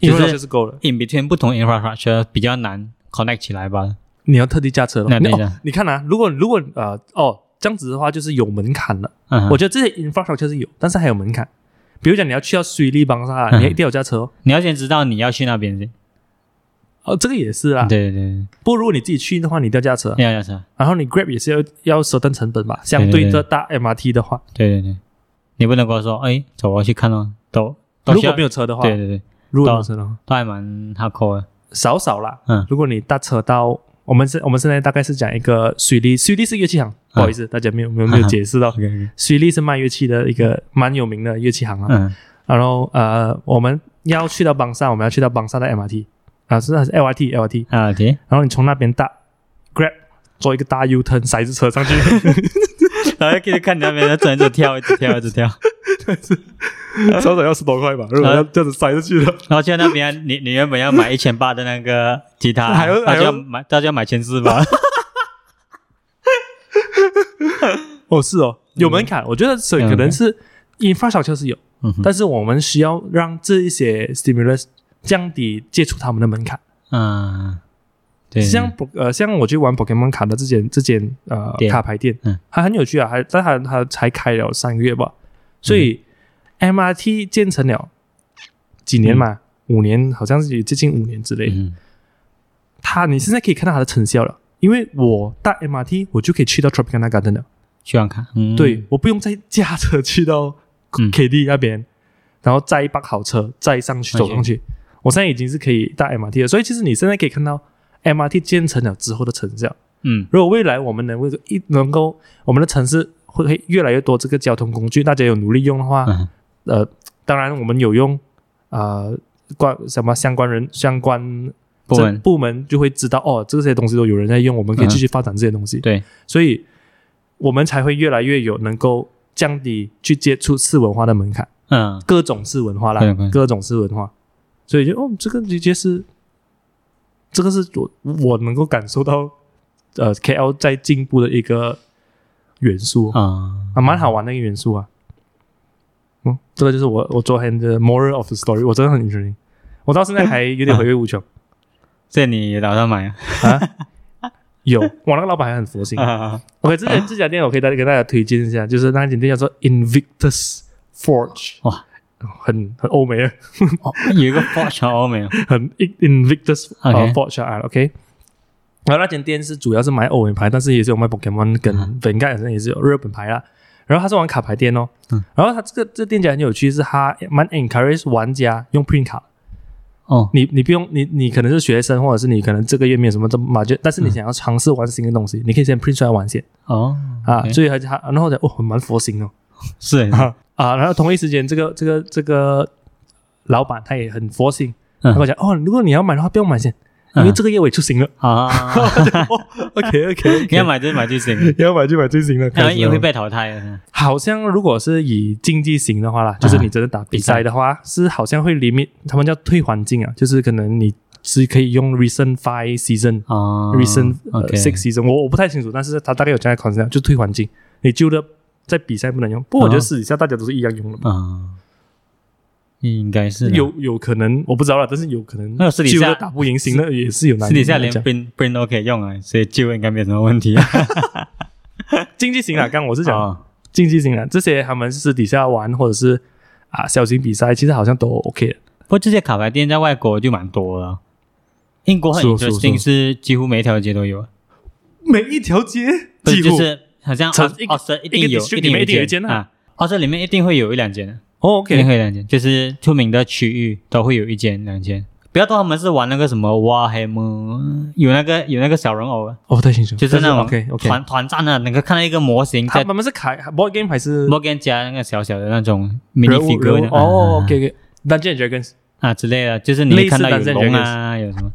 Speaker 1: 因
Speaker 2: 就
Speaker 1: 为
Speaker 2: 是
Speaker 1: 那就是够了。
Speaker 2: ，in between 不同 infrastructure 比较难 connect 起来吧。
Speaker 1: 你要特地驾车了，
Speaker 2: 那
Speaker 1: 你
Speaker 2: 等一
Speaker 1: 哦
Speaker 2: 下，
Speaker 1: 你看啊，如果如果呃哦这样子的话，就是有门槛了。
Speaker 2: 嗯，
Speaker 1: 我觉得这些 infrastructure 是有，但是还有门槛。比如讲你要去到水利邦沙，你
Speaker 2: 嗯
Speaker 1: 一定要有驾车哦。
Speaker 2: 你要先知道你要去那边先。
Speaker 1: 哦，这个也是啊。
Speaker 2: 对对对
Speaker 1: 不过如果你自己去的话，你一定要驾车啊。
Speaker 2: 对，要要车。
Speaker 1: 然后你 Grab 也是要要折腾成本吧，相对这大 MRT 的话，
Speaker 2: 对对对，你不能跟我说，哎，走，我去看哦，都都
Speaker 1: 如
Speaker 2: 需
Speaker 1: 果
Speaker 2: 要
Speaker 1: 没有车的话，
Speaker 2: 对对对，
Speaker 1: 如果
Speaker 2: 到
Speaker 1: 没有车的话，
Speaker 2: 都还蛮 hardcore 的。
Speaker 1: 少少啦。
Speaker 2: 嗯
Speaker 1: 如果你搭车到我们是我们现在大概是讲一个水利，水利是乐器
Speaker 2: 嗯
Speaker 1: 行，不好意思，大家没有没有没有解释到，
Speaker 2: OK，
Speaker 1: 水利是卖乐器的一个蛮有名的乐器行啊。
Speaker 2: 嗯
Speaker 1: 然后呃，我们要去到邦萨，我们要去到邦萨的 MRT 啊，是那是 LRT LRT，
Speaker 2: 啊，OK，
Speaker 1: 然后你从那边搭 Grab 做一个大 U turn，塞着车 上去，
Speaker 2: 然后可以看你那边在转一直跳，一直跳，一直跳，
Speaker 1: 少少要十多块吧，如果
Speaker 2: 嗯
Speaker 1: 要这样子塞着去的，
Speaker 2: 然后去到那边， 你你原本要买一千八的那个吉他，
Speaker 1: 还有
Speaker 2: 他就要
Speaker 1: 还有
Speaker 2: 买，他就要买千四 吧，
Speaker 1: 哦是哦，有门槛，我觉得所以可能是 infrastructure 是有，
Speaker 2: 嗯哼
Speaker 1: 但是我们需要让这一些 stimulus 降低接触他们的门槛。
Speaker 2: 嗯，对，
Speaker 1: 像不呃，像我去玩 Pokemon 卡的这间这间呃
Speaker 2: 店
Speaker 1: 卡牌店，
Speaker 2: 嗯
Speaker 1: 它很有趣啊，还但它它才开了三个月吧，所以 MRT 建成了几年嘛，五年好像是有接近五年之类。
Speaker 2: 嗯
Speaker 1: 它你现在可以看到它的成效了，因为我搭 MRT 我就可以去到 Tropicana Garden 了，
Speaker 2: 去网咖，嗯，
Speaker 1: 对，我不用再驾车去到
Speaker 2: 嗯
Speaker 1: KD 那边，然后再一把好车再上去
Speaker 2: OK
Speaker 1: 走上去。我现在已经是可以搭 MRT 了，所以其实你现在可以看到 MRT 建成了之后的成效。
Speaker 2: 嗯
Speaker 1: 如果未来我们能够一能够我们的城市会会越来越多这个交通工具，大家有努力用的话，
Speaker 2: 嗯
Speaker 1: 呃，当然我们有用啊，呃关、什么相关人相关
Speaker 2: 不
Speaker 1: 这
Speaker 2: 稳，
Speaker 1: 部门就会知道哦，这些东西都有人在用，我们可以
Speaker 2: 嗯
Speaker 1: 继续发展这些东西，
Speaker 2: 对，
Speaker 1: 所以我们才会越来越有能够降低去接触次文化的门槛，
Speaker 2: 嗯，
Speaker 1: 各种次文化啦
Speaker 2: 对对，
Speaker 1: 各种次文化，所以就哦，这个直接是这个是我我能够感受到呃 KL 在进步的一个元素
Speaker 2: 啊，
Speaker 1: 啊，蛮好玩的一个元素啊。嗯，这个就是我我昨天的 moral of the story，我真的很 interesting，我到现在还有点回味无穷
Speaker 2: 这你也打算买啊
Speaker 1: 啊。有，我那个老板还很佛心。
Speaker 2: 啊？
Speaker 1: OK，之前这家店我可以大给大家推荐一下，就是那间店叫做 Invictus Forge，
Speaker 2: 哇，
Speaker 1: 很很欧美的，
Speaker 2: 哦 有一个 Forge 和欧美哦，
Speaker 1: 很 Invictus 呃
Speaker 2: OK
Speaker 1: Forge 啊，OK。然后那间店是主要是卖欧美牌，但是也是有卖 Pokemon 跟本盖，好像也是有日本牌啦。然后它是玩卡牌店哦，
Speaker 2: 嗯
Speaker 1: 然后它这个这店家很有趣，是它蛮 encourage 玩家用 print 卡。
Speaker 2: 哦，
Speaker 1: 你你不用你你可能是学生，或者是你可能这个月没有什么这么 budget，但是你想要尝试玩新的东西，你可以先 print 出来玩先
Speaker 2: 哦，
Speaker 1: 啊。
Speaker 2: OK
Speaker 1: 所以它它然后我讲哦，蛮佛心哦，
Speaker 2: 是，
Speaker 1: 啊 啊，然后同一时间，这个这个这个老板他也很佛心，他
Speaker 2: 嗯
Speaker 1: 跟我讲哦，如果你要买的话，不用买先，因为这个月尾出 行了。哦
Speaker 2: 啊，
Speaker 1: OK OK，
Speaker 2: 你要买就买最新 的，
Speaker 1: 要买就买最新的，
Speaker 2: 然后
Speaker 1: 开始
Speaker 2: 也
Speaker 1: 了
Speaker 2: 会被淘汰啊的。
Speaker 1: 好像如果是以竞技型的话啦，就是你真的打比赛的话，是好像会 limit 他们叫退环境啊，就是可能你只可以用 recent five season、
Speaker 2: 哦
Speaker 1: recent 呃
Speaker 2: OK
Speaker 1: six season，我我不太清楚，但是他大概有这样的 concept，就退环境，你旧的在比赛不能用。不过我觉得
Speaker 2: 哦
Speaker 1: 私底下大家都是一样用的嘛。
Speaker 2: 啊，应该是啦
Speaker 1: 有有可能我不知道了，但是有可能
Speaker 2: 那有私底
Speaker 1: 旧的
Speaker 2: 下
Speaker 1: 打不赢，新的也是有难。
Speaker 2: 私底下连
Speaker 1: 讲
Speaker 2: print print 都可以用啊，所以就应该没有什么问题啊。
Speaker 1: 竞技型啊，刚刚我 是讲
Speaker 2: 哦
Speaker 1: 竞技型啊，这些他们私底下玩或者是啊小型比赛，其实好像都 OK 的。
Speaker 2: 不过这些卡牌店在外国就蛮多了，英国很
Speaker 1: 是哦是哦
Speaker 2: interesting，
Speaker 1: 是
Speaker 2: 是几乎每一条街都有，
Speaker 1: 每一条街
Speaker 2: 不是
Speaker 1: 几
Speaker 2: 就
Speaker 1: 乎
Speaker 2: 是好像
Speaker 1: 城
Speaker 2: 奥
Speaker 1: 一个
Speaker 2: 奥斯一
Speaker 1: 一
Speaker 2: 定
Speaker 1: 个
Speaker 2: 有，
Speaker 1: district
Speaker 2: 定
Speaker 1: 里面一定有
Speaker 2: 一
Speaker 1: 一间啊
Speaker 2: 啊，奥斯里面一定会有一两间啊的。
Speaker 1: 哦
Speaker 2: 一定
Speaker 1: OK，
Speaker 2: 会有两间，就是出名的区域都会有一间两间。不要当他们是玩那个什么哇黑么，有那个有那个小人偶，
Speaker 1: 哦不太清楚，
Speaker 2: 就是那种
Speaker 1: OK OK，
Speaker 2: 团团战的，能够看到一个模型
Speaker 1: 他
Speaker 2: 在
Speaker 1: 他们是开 board game 还是
Speaker 2: 莫根加那个小小的那种 mini
Speaker 1: 人物
Speaker 2: figure
Speaker 1: 人
Speaker 2: 的
Speaker 1: 物哦
Speaker 2: 啊
Speaker 1: OK OK。Dungeon Dragons，
Speaker 2: 啊之类的，就是你会看到有
Speaker 1: 类似 Dungeons
Speaker 2: 龙啊有什么，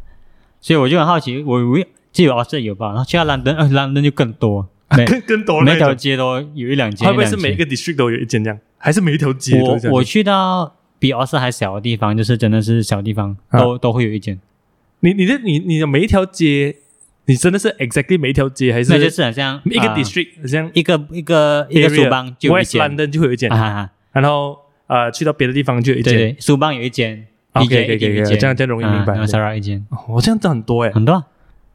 Speaker 2: 所以我就很好奇，我我就有 a u s 有吧，然后去到兰登，呃兰登就更多，每
Speaker 1: 更更多
Speaker 2: 每
Speaker 1: 那
Speaker 2: 条
Speaker 1: 种，
Speaker 2: 街都有一两间，
Speaker 1: 会不会是
Speaker 2: 一两间
Speaker 1: 每一个 district 都有一间这样？还是每一条街都有一间
Speaker 2: 我我去到比奥斯还小的地方，就是真的是小地方，
Speaker 1: 啊
Speaker 2: 都都会有一间。
Speaker 1: 你你的你你的每一条街，你真的是 exactly 每一条街还是
Speaker 2: 那就是很像
Speaker 1: 一个
Speaker 2: 呃
Speaker 1: district，好像
Speaker 2: 一个一个一个苏邦就有一
Speaker 1: West
Speaker 2: 间
Speaker 1: London 就会有一间
Speaker 2: 啊，哈哈，
Speaker 1: 然后呃去到别的地方就有一
Speaker 2: 对
Speaker 1: 间。
Speaker 2: 对，苏邦有一间
Speaker 1: OK，
Speaker 2: ，DJ
Speaker 1: OK，OK，
Speaker 2: 一间
Speaker 1: OK，这样这样容易明白
Speaker 2: 啊然后 Sarah 一间，
Speaker 1: 哦我这样子很多哎。
Speaker 2: 很多啊，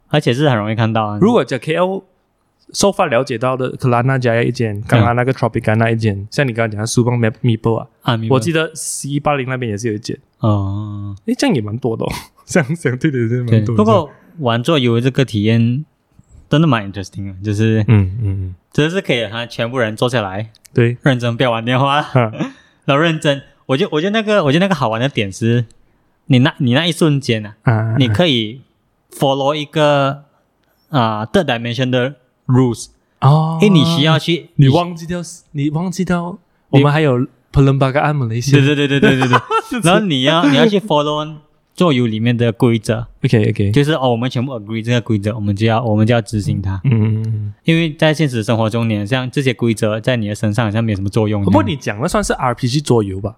Speaker 2: 而且是很容易看到啊。
Speaker 1: 如果讲 KL 受发了解到的克拉纳加一
Speaker 2: 嗯
Speaker 1: 间，刚刚那个 Tropicana 一间，像你刚刚讲的苏邦 m e e p l e 啊，
Speaker 2: 啊，明白
Speaker 1: 我记得 C 八零那边也是有一间，
Speaker 2: 哦，
Speaker 1: 诶，这样也蛮多的哦。 这样想对的也是
Speaker 2: 对，
Speaker 1: 蛮多的。
Speaker 2: 不过玩桌游这个体验真的蛮 interesting 的， 就是
Speaker 1: 嗯，嗯嗯，
Speaker 2: 真的是可以和全部人坐下来
Speaker 1: 对，
Speaker 2: 认真，不要玩电 话。
Speaker 1: 哈，
Speaker 2: 然后认真，我就我觉得那个我觉得那个好玩的点是，你那你那一瞬间啊，
Speaker 1: 啊，
Speaker 2: 你可以 follow 一个啊、third dimension 的 rules，
Speaker 1: 哦，
Speaker 2: 因为你需要去，
Speaker 1: 你忘记掉，你忘记掉，我们还有 p e l u m b a g a 按摩雷
Speaker 2: 对
Speaker 1: 西
Speaker 2: 对对对对 对对，然后你要你要去 follow 桌游里面的规则，
Speaker 1: ，OK OK，
Speaker 2: 就是哦，我们全部 agree 这个规则，我们就要我们就要执行它，
Speaker 1: 嗯，
Speaker 2: 因为在现实生活中，你好像这些规则在你的身上好像没有什么作用。
Speaker 1: 哦不过你讲的算是 RPG 桌游吧？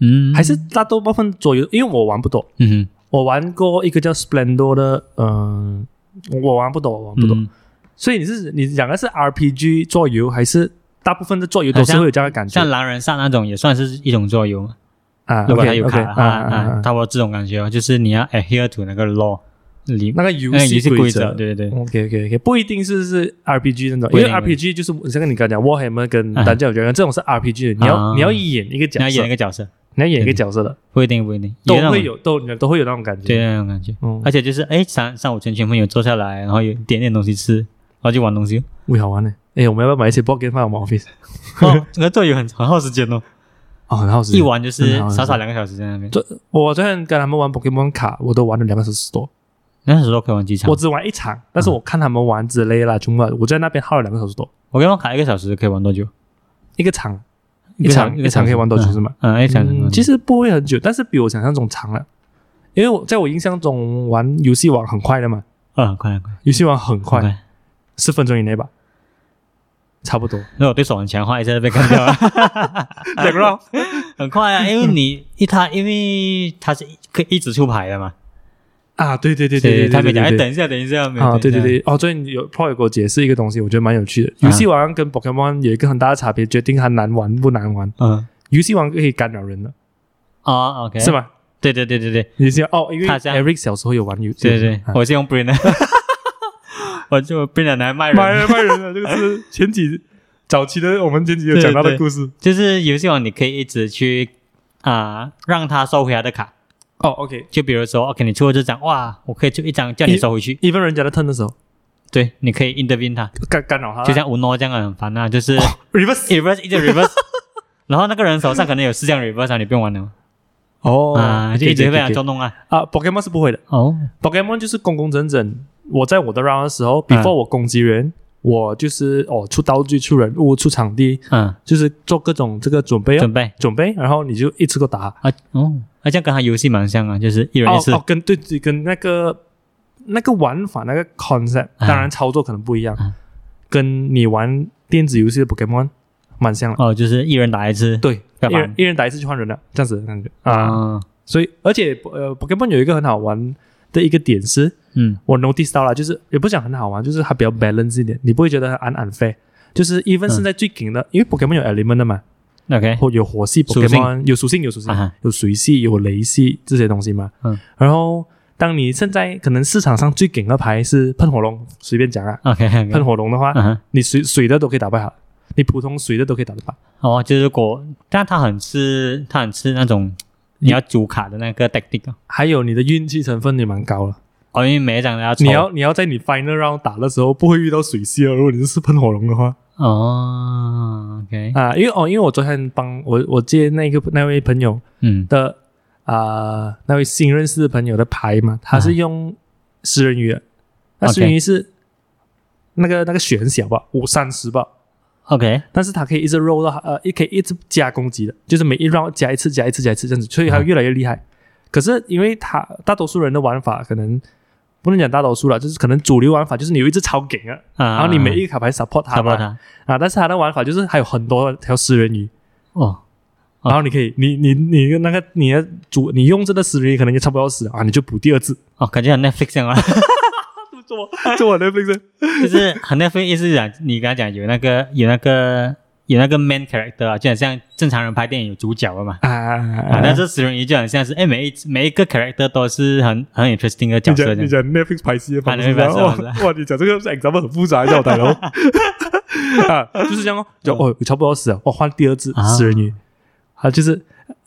Speaker 2: 嗯，
Speaker 1: 还是大多部分桌游，因为我玩不懂，
Speaker 2: 嗯
Speaker 1: 我玩过一个叫 Splendor 的，嗯、我玩不懂，我玩
Speaker 2: 哼
Speaker 1: 不懂。
Speaker 2: 嗯
Speaker 1: 所以你是你讲的是 RPG 桌游，还是大部分的桌游都是会有这样的感觉
Speaker 2: 像狼人杀那种也算是一种作用嘛，
Speaker 1: 啊
Speaker 2: 如果它
Speaker 1: ？OK
Speaker 2: 有
Speaker 1: OK
Speaker 2: 卡的话，
Speaker 1: 啊
Speaker 2: 啊，，差不多这种感觉哦，就是你要 adhere to 那个 law 里
Speaker 1: 那个游
Speaker 2: 那个嗯游
Speaker 1: 戏
Speaker 2: 戏规
Speaker 1: 则。
Speaker 2: 对对对，
Speaker 1: OK OK OK，不一定是是 RPG 那
Speaker 2: 不
Speaker 1: 种，
Speaker 2: 一
Speaker 1: 因
Speaker 2: 定
Speaker 1: 为 RPG 就是像你刚讲 Warhammer 跟
Speaker 2: 啊
Speaker 1: 单机有关，这种是 RPG，的你要
Speaker 2: 啊
Speaker 1: 你要演一个角
Speaker 2: 你要演
Speaker 1: 色
Speaker 2: 一，个角色，
Speaker 1: 你要演一个角色的，
Speaker 2: 不一定不一定，
Speaker 1: 都
Speaker 2: 那种
Speaker 1: 会有都都会有那种感
Speaker 2: 对
Speaker 1: 觉。
Speaker 2: 那种感觉，
Speaker 1: 嗯，
Speaker 2: 而且就是哎，上上午全群朋友坐下来，然后有点点东西吃，然后就玩东西。
Speaker 1: 会好玩呢。哎，我们要不要买一些 board game 放我们 office？
Speaker 2: 哦，整个作用很很耗时间哦，
Speaker 1: 哦，很好吃
Speaker 2: 一。玩就是
Speaker 1: 很耗时间
Speaker 2: 少少两个小时在那边。
Speaker 1: 我昨天跟他们玩 Pokemon 卡，我都玩了两个小时多。
Speaker 2: 那时候可以玩几场，
Speaker 1: 我只玩一场，但是我看他们玩之类啦，全部我在那边耗了两个小时多，
Speaker 2: 我跟我卡一个小时可以玩多久？
Speaker 1: 一个场一场一个场可以玩多久是吗？
Speaker 2: 嗯，嗯一场可以玩
Speaker 1: 嗯
Speaker 2: 多久。
Speaker 1: 其实不会很久，但是比我想象中长了。因为我在我印象中玩游戏王很快的嘛，
Speaker 2: 嗯，很快很快
Speaker 1: 游戏王很
Speaker 2: 很
Speaker 1: 快，
Speaker 2: 快。
Speaker 1: 四分钟以内吧，差不多
Speaker 2: 如果对手很强的话，一下就被干 掉了，
Speaker 1: 两个 round。
Speaker 2: 很快啊！因为你一他，因为他是可以一直出牌的嘛，
Speaker 1: 啊，对对对
Speaker 2: 所以
Speaker 1: 对对，
Speaker 2: 他每讲哎
Speaker 1: 对
Speaker 2: 等一下，等一下，没有
Speaker 1: 啊，对对，
Speaker 2: 等一下
Speaker 1: 对，哦，最近有 Pro 有给我解释一个东西，我觉得蛮有趣的。
Speaker 2: 啊
Speaker 1: 游戏王跟 Pokemon 有一个很大的差别，决定它难玩不难玩。
Speaker 2: 嗯，
Speaker 1: 游戏王可以干扰人的，
Speaker 2: 哦，OK，
Speaker 1: 是？吗？
Speaker 2: 对对对对对
Speaker 1: 游戏王哦，因为
Speaker 2: 他这样
Speaker 1: Eric 小时候有玩游戏，
Speaker 2: 对对哦
Speaker 1: 啊，
Speaker 2: 我是用 Brain 的， 我就 Brain 来卖
Speaker 1: 买
Speaker 2: 人，
Speaker 1: 人啊卖人了，这个是前几早期的，我们前几有讲到的故事。
Speaker 2: 就是游戏王你可以一直去啊，让他收回他的卡，
Speaker 1: 哦，OK，
Speaker 2: 就比如说 OK，你出了这张，哇，我可以出一张叫你收回去，
Speaker 1: 一般人家的 turn 的时候
Speaker 2: 对，你可以 intervene 他，
Speaker 1: 干干扰他，
Speaker 2: 就像吴诺这样啊很烦啊，就是
Speaker 1: reverse。
Speaker 2: reverse 一直 reverse，然后那个人手上可能有四张 reverse，啊你不用玩了
Speaker 1: 哦
Speaker 2: 啊，就一直被他
Speaker 1: 中
Speaker 2: 捉弄啊。
Speaker 1: 啊。Pokemon 是不会的
Speaker 2: 哦，
Speaker 1: ，Pokemon 就是工工整整。我在我的 round 的时候，before
Speaker 2: 嗯
Speaker 1: 我攻击人，我就是哦出道具、出人物、出场地，
Speaker 2: 嗯，
Speaker 1: 就是做各种这个准备哦
Speaker 2: 准备
Speaker 1: 准备，然后你就一次给我打。
Speaker 2: 啊，哦，那这样跟他游戏蛮像啊，就是一人
Speaker 1: 哦
Speaker 2: 一次
Speaker 1: 哦，跟对对跟那个那个玩法那个 concept，
Speaker 2: 啊
Speaker 1: 当然操作可能不一样，
Speaker 2: 啊
Speaker 1: 跟你玩电子游戏的 Pokemon 蛮像的。
Speaker 2: 哦，就是一人打一次，
Speaker 1: 对，
Speaker 2: 干
Speaker 1: 一
Speaker 2: 嘛
Speaker 1: 人一人打一次就换人了，这样子的感觉啊。
Speaker 2: 啊，
Speaker 1: 所以，而且呃，Pokemon 有一个很好玩的一个点是，
Speaker 2: 嗯
Speaker 1: 我 notice 到了，就是也不讲很好玩，就是它比较 balance 一点，你不会觉得很 unfair。就是 even
Speaker 2: 嗯
Speaker 1: 是在最紧的，因为 Pokemon 有 element 的嘛，
Speaker 2: ，OK，
Speaker 1: 或有火系
Speaker 2: 属性
Speaker 1: Pokemon，有属性有属性
Speaker 2: 啊哈，
Speaker 1: 有水系有雷系这些东西嘛。
Speaker 2: 嗯，
Speaker 1: 然后当你现在可能市场上最顶的牌是喷火龙，随便讲啊，
Speaker 2: OK，
Speaker 1: 喷火龙的话，
Speaker 2: 嗯哼，
Speaker 1: 你水水的都可以打败它，你普通水的都可以打得败。
Speaker 2: 哦，就是果，但他很吃，他很吃那种你要主卡的那个 tactic 啊
Speaker 1: 还有你的运气成分也蛮高了，
Speaker 2: 哦，因为每一张都要抽，
Speaker 1: 你要你要在你 final round 打的时候不会遇到水系哦，如果你是喷火龙的话
Speaker 2: 哦，OK，
Speaker 1: 啊，因为哦，因为我昨天帮我我借那个那位朋友
Speaker 2: 嗯
Speaker 1: 的啊、那位新认识的朋友的牌嘛，他是用食人鱼的，那
Speaker 2: 啊 OK
Speaker 1: 食人鱼是那个那个血很小吧，五三十吧，
Speaker 2: ，OK，
Speaker 1: 但是它可以一直 roll 到它呃，也可以一直加攻击的，就是每一 round 加一次加一次加一次这样子，所以它
Speaker 2: 嗯
Speaker 1: 越来越厉害。可是因为它大多数人的玩法可能不能讲大多数了，就是可能主流玩法就是你有一只超梗啊，
Speaker 2: 啊，
Speaker 1: 然后你每一个卡牌 support 它
Speaker 2: 差不
Speaker 1: 嘛
Speaker 2: 多他，
Speaker 1: 啊，但是它的玩法就是还有很多条食人鱼，
Speaker 2: 哦，
Speaker 1: 然后你可以，你你你那个你的主，你用这个食人鱼可能就差不多要死了啊，你就补第二次。
Speaker 2: 哦，感觉很 Netflix 这样啊。
Speaker 1: 做做我的 n e t
Speaker 2: 就是很那份意思是讲，你刚才讲有那个有那个有那个 main character 啊，就很像正常人拍电影有主角的嘛。
Speaker 1: 啊
Speaker 2: 啊，
Speaker 1: 啊
Speaker 2: 但！这食人鱼就很像是，哎，每一每一个 character 都是很很 interesting 的角
Speaker 1: 你
Speaker 2: 色
Speaker 1: 讲
Speaker 2: 这
Speaker 1: 你
Speaker 2: 样。
Speaker 1: 讲 Netflix 排戏的方式
Speaker 2: 啊，Netflix
Speaker 1: 然后哇
Speaker 2: 排戏的方
Speaker 1: 哇，你讲这个 example 很复杂，叫我大佬啊， 就是这样哦，就哦，差不多要死了，哇，换第二只
Speaker 2: 啊
Speaker 1: 食人鱼，啊，就是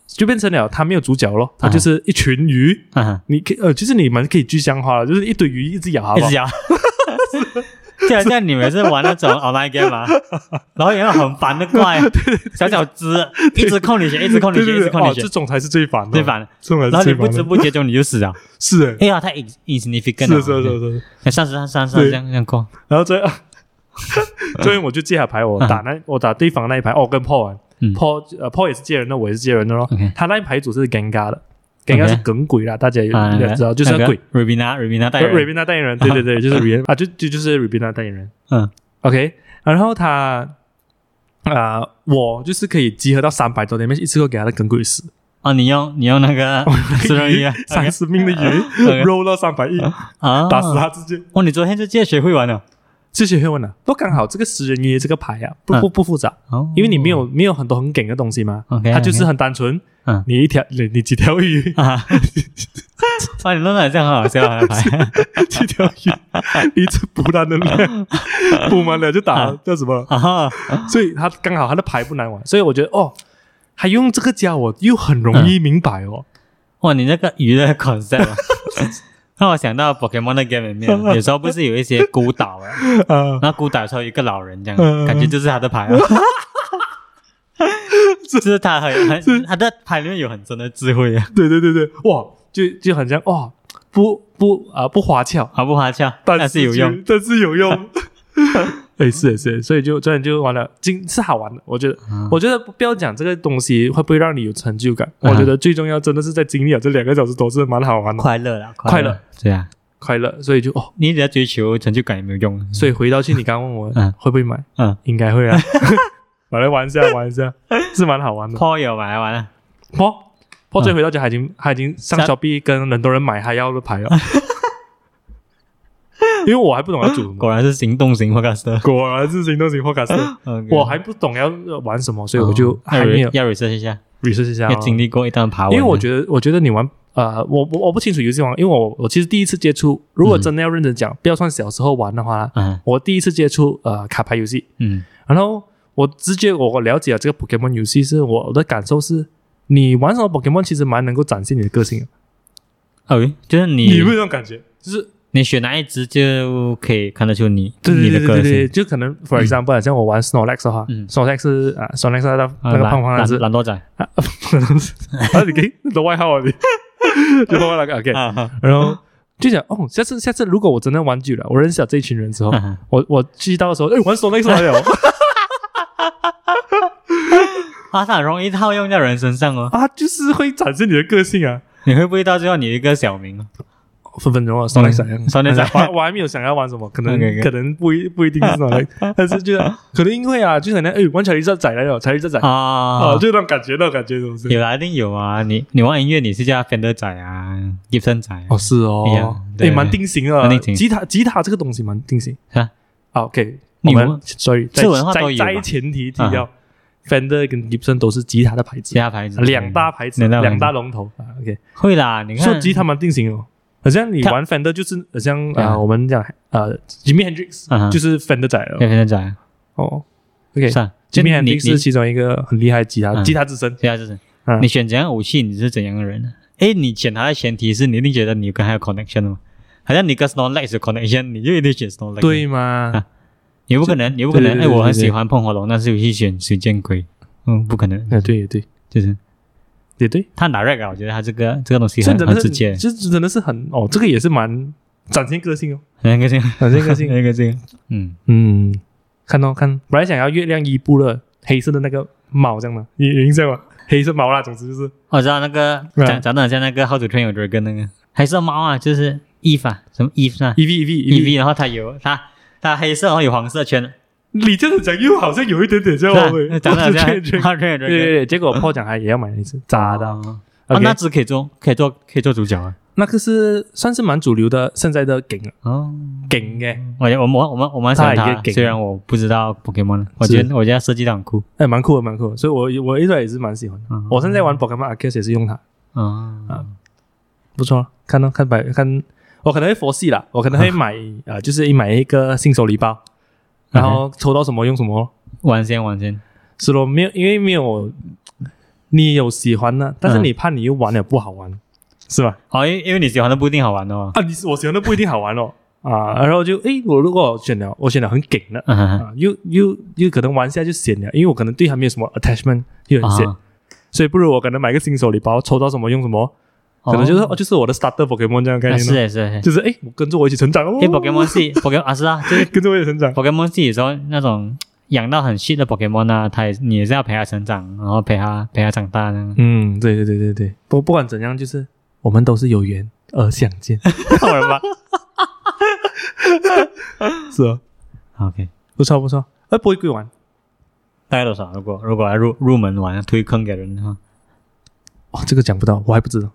Speaker 1: 就变成了他没有主角咯，他
Speaker 2: 啊
Speaker 1: 就是一群鱼，
Speaker 2: 啊，
Speaker 1: 你可以呃，就是你们可以具象化了，就是一堆鱼一直咬，好
Speaker 2: 一
Speaker 1: 不好
Speaker 2: 直？咬，就好像你们是玩那种 online game 啊，然后有那种很烦的怪，小小只，一直控你血，一直控你
Speaker 1: 对
Speaker 2: 血，一
Speaker 1: 对
Speaker 2: 直
Speaker 1: 对，
Speaker 2: 控
Speaker 1: 哦，
Speaker 2: 你血
Speaker 1: 这，种才是最烦的，
Speaker 2: 最，烦的。
Speaker 1: 这种才
Speaker 2: 然
Speaker 1: 是
Speaker 2: 后你
Speaker 1: 最
Speaker 2: 不
Speaker 1: 烦
Speaker 2: 知
Speaker 1: 的，
Speaker 2: 不觉中你就死了。
Speaker 1: 是欸
Speaker 2: 哎呀，太 ins- insignificant 了，
Speaker 1: 是是是是，
Speaker 2: 三十三三三
Speaker 1: 对
Speaker 2: 这样这样过，
Speaker 1: 然后最 后最后我就借他牌，我打那我打对方那一排，哦，跟 Paul 玩
Speaker 2: 嗯
Speaker 1: ，Paul 呃 Paul 也是借人的，我也是借人的咯
Speaker 2: OK。
Speaker 1: 他那一排组是 Gengar 的，Gengar 是梗鬼啦，大家也
Speaker 2: 啊
Speaker 1: 也知道，就是鬼。呃
Speaker 2: Rubina Rubina 代
Speaker 1: 瑞
Speaker 2: 人，
Speaker 1: 宾娜代言人，对对对，就是 Rihanna 啊，就就就是 Rihanna 代言人。
Speaker 2: 嗯
Speaker 1: ，OK，然后他啊、呃我就是可以集合到三百多点，一次过给他的耿鬼死，
Speaker 2: 哦，你用你用那个
Speaker 1: 哦
Speaker 2: 四容易啊 啊
Speaker 1: 三十命的 鱼
Speaker 2: OK
Speaker 1: roll 到三百亿，
Speaker 2: 啊，
Speaker 1: 打死他直接。
Speaker 2: 哦，你昨天就直接学会玩了
Speaker 1: 这些会问了，啊不过刚好这个食人鱼这个牌啊，不不不复杂，
Speaker 2: 哦，
Speaker 1: 因为你没有没有很多很梗的东西嘛，
Speaker 2: OK，
Speaker 1: 它就是很单纯
Speaker 2: 嗯，，
Speaker 1: 你一条你你几条鱼
Speaker 2: 啊，把你弄得这样很好笑啊，那牌
Speaker 1: 几条鱼，你一直补它能量，补满了就打
Speaker 2: 啊
Speaker 1: 叫什么？
Speaker 2: 啊，
Speaker 1: 所以他刚好他的牌不难玩，所以我觉得哦，他用这个教我又很容易明白哦。
Speaker 2: 哇，你那个娱乐 concept 啊让我想到 Pokemon 的 game 里 面，有时候不是有一些孤岛啊，
Speaker 1: 啊，
Speaker 2: 然后孤岛的时候有一个老人这样，
Speaker 1: 嗯
Speaker 2: 感觉就是他的牌 啊。就是他很很他的牌里面有很深的智慧啊，
Speaker 1: 对对对对，哇，就就很像哇，不不啊、不花俏，
Speaker 2: 毫不花俏，
Speaker 1: 但
Speaker 2: 但是有
Speaker 1: 就
Speaker 2: 用，，
Speaker 1: 但是有用。 哎，是的是的，所以就真的就完了，今是好玩的，我觉得，
Speaker 2: 嗯
Speaker 1: 我觉得不要讲这个东西会不会让你有成就感，
Speaker 2: 嗯
Speaker 1: 我觉得最重要真的是在经历了这两个小时都是蛮好玩的，
Speaker 2: 快乐啦，
Speaker 1: 快乐，
Speaker 2: 对啊，
Speaker 1: 快乐，所以就哦，
Speaker 2: 你一直在追求成就感有没有用？
Speaker 1: 所以回到去你刚问我
Speaker 2: 嗯
Speaker 1: 会不会买，
Speaker 2: 嗯
Speaker 1: 应该会啊， 买来玩一下玩一下，是蛮好玩的。
Speaker 2: Paul 有买完了，
Speaker 1: 破破
Speaker 2: 嗯
Speaker 1: 最回到家，他已经他已经上小 B 跟很多人买他要的牌了， 因为我还不懂要组什么，
Speaker 2: 果然是行动型 podcaster，
Speaker 1: 果然是行动型 podcast，我还不懂要玩什么，所以我就还
Speaker 2: 要
Speaker 1: 没有
Speaker 2: re- 哦要 research 一下，
Speaker 1: research 一下
Speaker 2: 要
Speaker 1: 哦。
Speaker 2: 经历过一段爬文，
Speaker 1: 因为我觉得，我觉得你玩呃，我我我不清楚游戏王，因为我我其实第一次接触，如果真的要认真讲，不要算小时候玩的话，
Speaker 2: 得，嗯
Speaker 1: 我第一次接触呃卡牌游戏，
Speaker 2: 嗯
Speaker 1: 然后我直接我了解了这个 Pokemon 游戏是我的感受是，你玩什么 Pokemon 其实蛮能够展现你的个性的。
Speaker 2: 哦，就是
Speaker 1: 你
Speaker 2: 你
Speaker 1: 有没有这种感觉？就是
Speaker 2: 你选哪一只就可以看得出你
Speaker 1: 对对
Speaker 2: 你
Speaker 1: 对对
Speaker 2: 的个
Speaker 1: 对，
Speaker 2: 性，
Speaker 1: 就可能 for example，、像我玩 Snorlax 的话、
Speaker 2: 嗯
Speaker 1: s n o r l a x 是啊，Snorlax 那个
Speaker 2: 啊
Speaker 1: 那个
Speaker 2: 懒
Speaker 1: 胖胖那
Speaker 2: 懒
Speaker 1: 只，
Speaker 2: 懒惰仔
Speaker 1: 啊，你给你的外号啊你， 就包括那个 OK，、
Speaker 2: 啊哈
Speaker 1: 然后就想哦，下次下次如果我真的玩久了，我认识了这一群人之后，
Speaker 2: 啊哈
Speaker 1: 我我去到的时候，哎，玩 Snorlax 来了
Speaker 2: 啊，它很容易套用在人身上哦。
Speaker 1: 啊，就是会展现你的个性啊，
Speaker 2: 你会不会到最后你一个小名
Speaker 1: 分分钟啊，Snorlax 来了。
Speaker 2: 嗯？Sonic 仔
Speaker 1: 我还我还没有想要玩什么，可能
Speaker 2: OK，OK
Speaker 1: 可能不一不一定是 Snorlax，但是就是可能因为啊，就可能哎，玩查理这仔来了，查理这仔
Speaker 2: 啊
Speaker 1: 啊，，就那种感觉，那种感觉是不是？
Speaker 2: 有啊，一定有啊。你你玩音乐，你是叫 Fender 仔啊，Gibson 仔啊
Speaker 1: 哦，是哦
Speaker 2: 一样，
Speaker 1: 哎，
Speaker 2: 对
Speaker 1: 蛮定型的。
Speaker 2: 蛮定型
Speaker 1: 吉他吉他这个东西蛮定型
Speaker 2: 啊。
Speaker 1: 好，OK，我
Speaker 2: 你
Speaker 1: 们
Speaker 2: 文
Speaker 1: sorry，在
Speaker 2: 这文化都
Speaker 1: 在
Speaker 2: 有吧啊
Speaker 1: 在前提提到，Fender 跟 Gibson 都是吉他的牌
Speaker 2: 其
Speaker 1: 子，
Speaker 2: 他牌子
Speaker 1: 两大牌子，
Speaker 2: 两大牌子
Speaker 1: 两大龙头啊。OK，
Speaker 2: 会啦。你
Speaker 1: 说
Speaker 2: 看
Speaker 1: 吉他蛮定型哦。好像你
Speaker 2: 它
Speaker 1: 玩 Fender 就是好像
Speaker 2: 对啊
Speaker 1: 啊，我们讲呃，Jimmy Hendrix
Speaker 2: 啊哈
Speaker 1: 就是 Fender 仔了
Speaker 2: Fender 仔
Speaker 1: 哦。OK，
Speaker 2: 是啊，就
Speaker 1: Jimmy
Speaker 2: 你你
Speaker 1: Hendrix 是
Speaker 2: 其
Speaker 1: 其中一个很厉害的吉他
Speaker 2: 嗯
Speaker 1: 吉他之神，
Speaker 2: 他就是
Speaker 1: 嗯
Speaker 2: 你选怎样的武器，你是怎样的人。啊诶，你选它的前提是你一定觉得你跟他有 connection 的嘛？好像你跟 Snorlax 有 connection，你就一定选 Snorlax。
Speaker 1: 对吗？
Speaker 2: 啊也不可能，也不可
Speaker 1: 对
Speaker 2: 能。
Speaker 1: 对
Speaker 2: 哎，
Speaker 1: 对
Speaker 2: 我很
Speaker 1: 对对
Speaker 2: 喜欢碰火龙，但是我去选水箭龟，嗯，不可能，
Speaker 1: 哎，对也对
Speaker 2: 就是
Speaker 1: 也对，
Speaker 2: 他 direct 啊，我觉得他这个这个东西
Speaker 1: 这
Speaker 2: 很
Speaker 1: 真的
Speaker 2: 很
Speaker 1: 是
Speaker 2: 直接，
Speaker 1: 这真的是很哦，这个也是蛮展现个性哦，
Speaker 2: 很个性，
Speaker 1: 展现个性。
Speaker 2: 很个性，嗯，
Speaker 1: 嗯，看到、看，本来想要月亮伊布勒黑色的那个猫这样的，你有印象吗？黑色猫啦，总之就是
Speaker 2: 我哦知道那个
Speaker 1: 对啊
Speaker 2: 讲讲的像那个 How to Train Your Dragon 那个，还是猫啊，就是 Eve 啊，什么 Eve 啊
Speaker 1: E V E V
Speaker 2: ，Eve，然后它有它它黑色，然后有黄 色圈，
Speaker 1: 你这样讲又好像有一点点像
Speaker 2: 是
Speaker 1: 我
Speaker 2: 吧
Speaker 1: 们，
Speaker 2: 讲的像
Speaker 1: 对对
Speaker 2: How to Train Your
Speaker 1: 对
Speaker 2: Dragon，
Speaker 1: 对，结果破奖还也要买 一次，渣的。
Speaker 2: 哦，啊
Speaker 1: OK，
Speaker 2: 那只可以做可以做可以做主角啊，
Speaker 1: 那个是算是蛮主流的，现在的梗
Speaker 2: 哦。
Speaker 1: 梗哎，
Speaker 2: 我我们我们我们喜欢
Speaker 1: 它也
Speaker 2: 它
Speaker 1: 可以给，
Speaker 2: 虽然我不知道 Pokemon，我觉得我觉得它设计的很酷。
Speaker 1: 哎，蛮酷的，蛮酷的，所以我我一直也是蛮喜欢的。
Speaker 2: 嗯
Speaker 1: 我现在玩 Pokemon Arceus 也是用它，
Speaker 2: 啊，
Speaker 1: 不错，啊看到看百看，我可能会佛系啦，我可 能会买呃，就是买一个新手礼包，然后抽到什么用什么。
Speaker 2: 玩先玩先，
Speaker 1: 是咯，没有，因为没有你有喜欢的，但是
Speaker 2: 嗯
Speaker 1: 你怕你又玩了不好玩，是吧？
Speaker 2: 哦，因为因为你喜欢的不一定好玩哦。
Speaker 1: 啊，你我喜欢的不一定好玩哦，啊、然后就诶，我如果选了，我选了很梗的
Speaker 2: 嗯哼哼
Speaker 1: 啊，又又又可能玩下就闲了，因为我可能对他没有什么 attachment，又很闲，
Speaker 2: 啊
Speaker 1: 所以不如我可能买个新手礼包，抽到什么用什么，可能就是哦
Speaker 2: 哦
Speaker 1: 就是我的 starter Pokemon 这样的概
Speaker 2: 啊
Speaker 1: 念
Speaker 2: 是
Speaker 1: 咯，
Speaker 2: 的是的，
Speaker 1: 就是诶，我跟着我一起成长哦，
Speaker 2: 因为 Pokemon 系 Pokemon 啊是啊， 就是
Speaker 1: 跟着我一起成长，。
Speaker 2: Pokemon 系有时候那种养到很 shit 的 Pokemon 啊，它也你也是要陪它成长，然后陪它陪它长大那样
Speaker 1: 嗯，对对对对对，不不管怎样，就是我们都是有缘而相 见，
Speaker 2: 好人吧
Speaker 1: 是啊，
Speaker 2: ？OK，
Speaker 1: 不错不错，哎，不会贵玩
Speaker 2: 大概多少？如果如果要入入门玩推坑给人的话，
Speaker 1: 哦，这个讲不到，我还不知道，